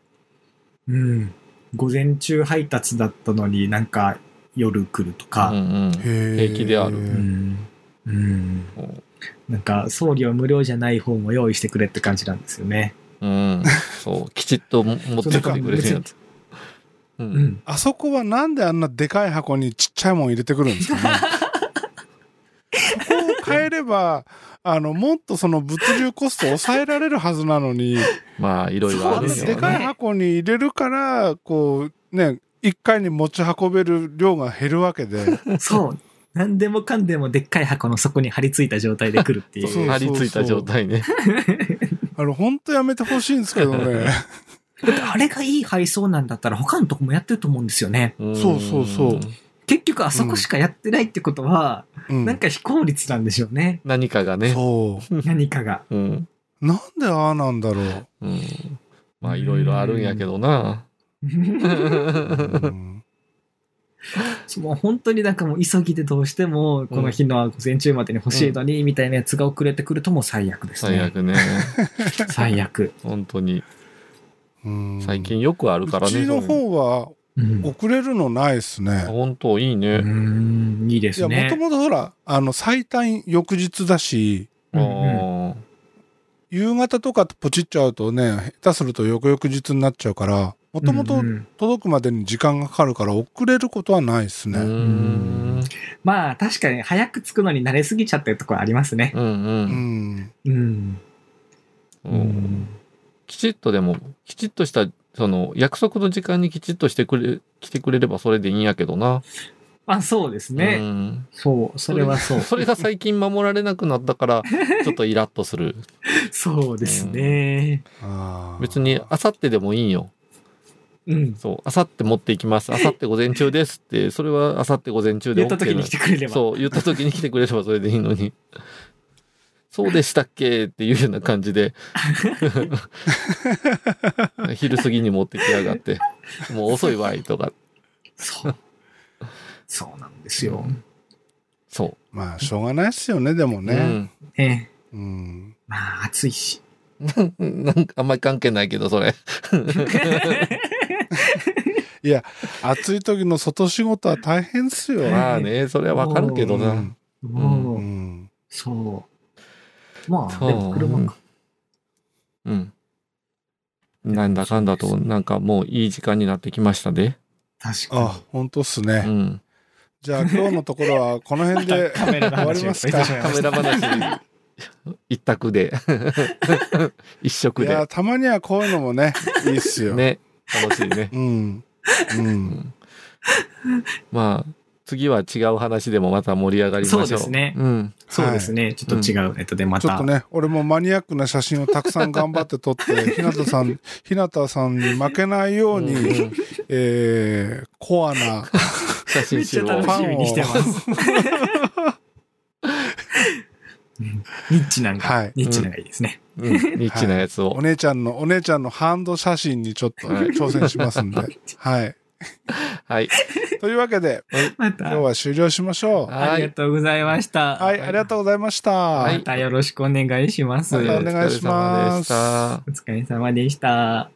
[SPEAKER 3] うん。午前中配達だったのになんか夜来ると
[SPEAKER 2] う。う
[SPEAKER 3] か、
[SPEAKER 2] んうん。
[SPEAKER 1] 平
[SPEAKER 2] 平気である
[SPEAKER 3] う。
[SPEAKER 2] うん
[SPEAKER 3] うん。
[SPEAKER 2] そう
[SPEAKER 3] なんか送料無料じゃない方も用意してくれって感じなんですよね。
[SPEAKER 2] うん。そう。きちっとも持ってきてくれるやつ。う。
[SPEAKER 3] うんん。
[SPEAKER 1] あそこはなんであんなでかい箱にちっちゃいもん入れてくるん ですかね。ここを変えれば、あの、もっとその物流コストを抑えられるはずなのに、
[SPEAKER 2] まあ、いろいろあ
[SPEAKER 1] あの
[SPEAKER 2] るよ
[SPEAKER 3] そう
[SPEAKER 1] で
[SPEAKER 3] ね
[SPEAKER 1] かい
[SPEAKER 2] ね。
[SPEAKER 1] 箱に入れるから、こう、ね、一回に持ち運べる量が減るわけで。
[SPEAKER 3] そう。何でもかんでもでっかい箱の底に張り付いた状態で来るってい。
[SPEAKER 2] そうう張り付いた状態ね。
[SPEAKER 1] あの、ほんとやめてほしいんですけど ね。
[SPEAKER 3] だってあれがいい配送なんだったら他のとこもやってると思うんですよね。
[SPEAKER 2] うん
[SPEAKER 1] そうそうそう
[SPEAKER 3] 結局あそこしかやってないってことは、
[SPEAKER 1] うん
[SPEAKER 3] なんか非効率なんでしょうね。
[SPEAKER 2] 何かがね。
[SPEAKER 1] そう。
[SPEAKER 3] 何かが。
[SPEAKER 2] うん。
[SPEAKER 1] なんでああなんだろ う。
[SPEAKER 2] うん。まあ、いろいろあるんやけどな。
[SPEAKER 1] うん
[SPEAKER 3] そうもう本当になんかもう急ぎでどうしても、この日の午前中までに欲しいのに、みたいなやつが遅れてくるともう最悪です
[SPEAKER 2] 最
[SPEAKER 3] ね。
[SPEAKER 2] 悪ね。
[SPEAKER 3] 最悪。
[SPEAKER 2] 本当に。
[SPEAKER 1] うん
[SPEAKER 2] 最近よくあるから
[SPEAKER 1] う
[SPEAKER 2] ね。
[SPEAKER 1] ちの方は
[SPEAKER 3] うん。
[SPEAKER 1] 遅れるのないですね。
[SPEAKER 2] 本当いいうね。
[SPEAKER 3] ん、いいで
[SPEAKER 1] い
[SPEAKER 3] す
[SPEAKER 1] や、もと
[SPEAKER 3] ね。
[SPEAKER 1] もとほら、あの、最短翌日だし、
[SPEAKER 2] あ
[SPEAKER 3] うんうん
[SPEAKER 2] ー
[SPEAKER 1] 夕方とかポチっちゃうとね、下手すると翌々日になっちゃうから、もともと
[SPEAKER 3] うんうん
[SPEAKER 1] 届くまでに時間がかかるから遅れることはないです
[SPEAKER 2] うー
[SPEAKER 1] ね。
[SPEAKER 2] ん
[SPEAKER 3] まあ確かに早く着くのに慣れすぎちゃってるところありますね
[SPEAKER 2] う。
[SPEAKER 1] うんん。
[SPEAKER 3] うん。
[SPEAKER 2] う。
[SPEAKER 3] うん
[SPEAKER 2] きちっとでも、きちっとした、その、約束の時間にきちっとしてくれ、来てくれればそれでいいんやけどな。
[SPEAKER 3] まあそうです
[SPEAKER 2] う
[SPEAKER 3] ね。
[SPEAKER 2] ん
[SPEAKER 3] そう、それ はそう。
[SPEAKER 2] それが最近守られなくなったから、ちょっとイラッとする。
[SPEAKER 3] そうですね。
[SPEAKER 1] あー
[SPEAKER 2] 別に、あさってでもいいんよ。
[SPEAKER 3] うん。
[SPEAKER 2] そう、あさって持っていきます。あさって午前中です って、それはあさって午前中で
[SPEAKER 3] 言
[SPEAKER 2] OK
[SPEAKER 3] った時に来てくれれば。
[SPEAKER 2] そう、言った時に来てくれればそれでいいのに。 そうでしたっけっていうような感じで。 昼過ぎに持ってきやがって。もう遅いわいとか。
[SPEAKER 3] そう。そうなんですよ。
[SPEAKER 2] そ
[SPEAKER 1] まあ、しょうがないっすよね、でも
[SPEAKER 2] う。
[SPEAKER 1] ね。
[SPEAKER 3] ええ。
[SPEAKER 1] うん。
[SPEAKER 3] まあ暑いし。
[SPEAKER 2] うん。なんかあんまり関係ないけど、それ。
[SPEAKER 1] いや、暑い時の外仕事は大変っすよ。
[SPEAKER 2] まあね、それはわかるけど
[SPEAKER 1] う
[SPEAKER 2] な。
[SPEAKER 1] ん
[SPEAKER 3] も
[SPEAKER 1] う
[SPEAKER 3] う、
[SPEAKER 1] ん。
[SPEAKER 3] そう。まあ、
[SPEAKER 2] そう
[SPEAKER 3] でも車か。
[SPEAKER 2] うん。なんだかんだと、なんかもういい時間になってきましたで。
[SPEAKER 3] 確かに。
[SPEAKER 1] あ、ほんとっす
[SPEAKER 2] う
[SPEAKER 1] ね。
[SPEAKER 2] ん。
[SPEAKER 1] じゃあ、今日のところはこの辺
[SPEAKER 3] また
[SPEAKER 1] で
[SPEAKER 3] カメラ
[SPEAKER 1] 終
[SPEAKER 3] の
[SPEAKER 1] わ
[SPEAKER 3] 話
[SPEAKER 1] り
[SPEAKER 3] を
[SPEAKER 1] ます か。
[SPEAKER 2] カメラ話、 一択で。 一
[SPEAKER 1] い
[SPEAKER 2] 色
[SPEAKER 1] や、
[SPEAKER 2] で。
[SPEAKER 1] たまにはこういうのもね、いいっすよ。
[SPEAKER 2] ね。楽しい ね。
[SPEAKER 1] うん。うん。
[SPEAKER 2] まあ、次は違う話でもまた盛り上がりましょう。
[SPEAKER 3] そうですね
[SPEAKER 2] うん。
[SPEAKER 3] そうですね。ちょっと違うネットでま
[SPEAKER 1] ちょったと。ね、俺もマニアックな写真をたくさん頑張って撮って、ひなたさん、ひなたさんに負けないように、
[SPEAKER 2] うん
[SPEAKER 1] えー、コアなフ
[SPEAKER 2] 写真
[SPEAKER 3] めっち
[SPEAKER 2] 集
[SPEAKER 3] ゃ
[SPEAKER 2] を。
[SPEAKER 3] 楽しみにしてます。うんニッチなんか、
[SPEAKER 1] はい
[SPEAKER 3] ニッチなんかいいですね。
[SPEAKER 2] うんニッチなや つを
[SPEAKER 1] お。姉ちゃんの、お姉ちゃんのハンド写真にちょっと
[SPEAKER 2] はい
[SPEAKER 1] 挑戦しますんで。はい。
[SPEAKER 2] はい。
[SPEAKER 1] というわけで、
[SPEAKER 3] ま
[SPEAKER 1] 今
[SPEAKER 3] た
[SPEAKER 1] 日、は終了しましょう。
[SPEAKER 3] あ
[SPEAKER 2] は
[SPEAKER 3] り
[SPEAKER 2] い
[SPEAKER 3] がとうございました。
[SPEAKER 1] はい、ありがとうございました。
[SPEAKER 2] は
[SPEAKER 3] またよろしくお願いします。
[SPEAKER 1] はいお願いします
[SPEAKER 2] お疲れ様でした
[SPEAKER 3] お疲れ様でした。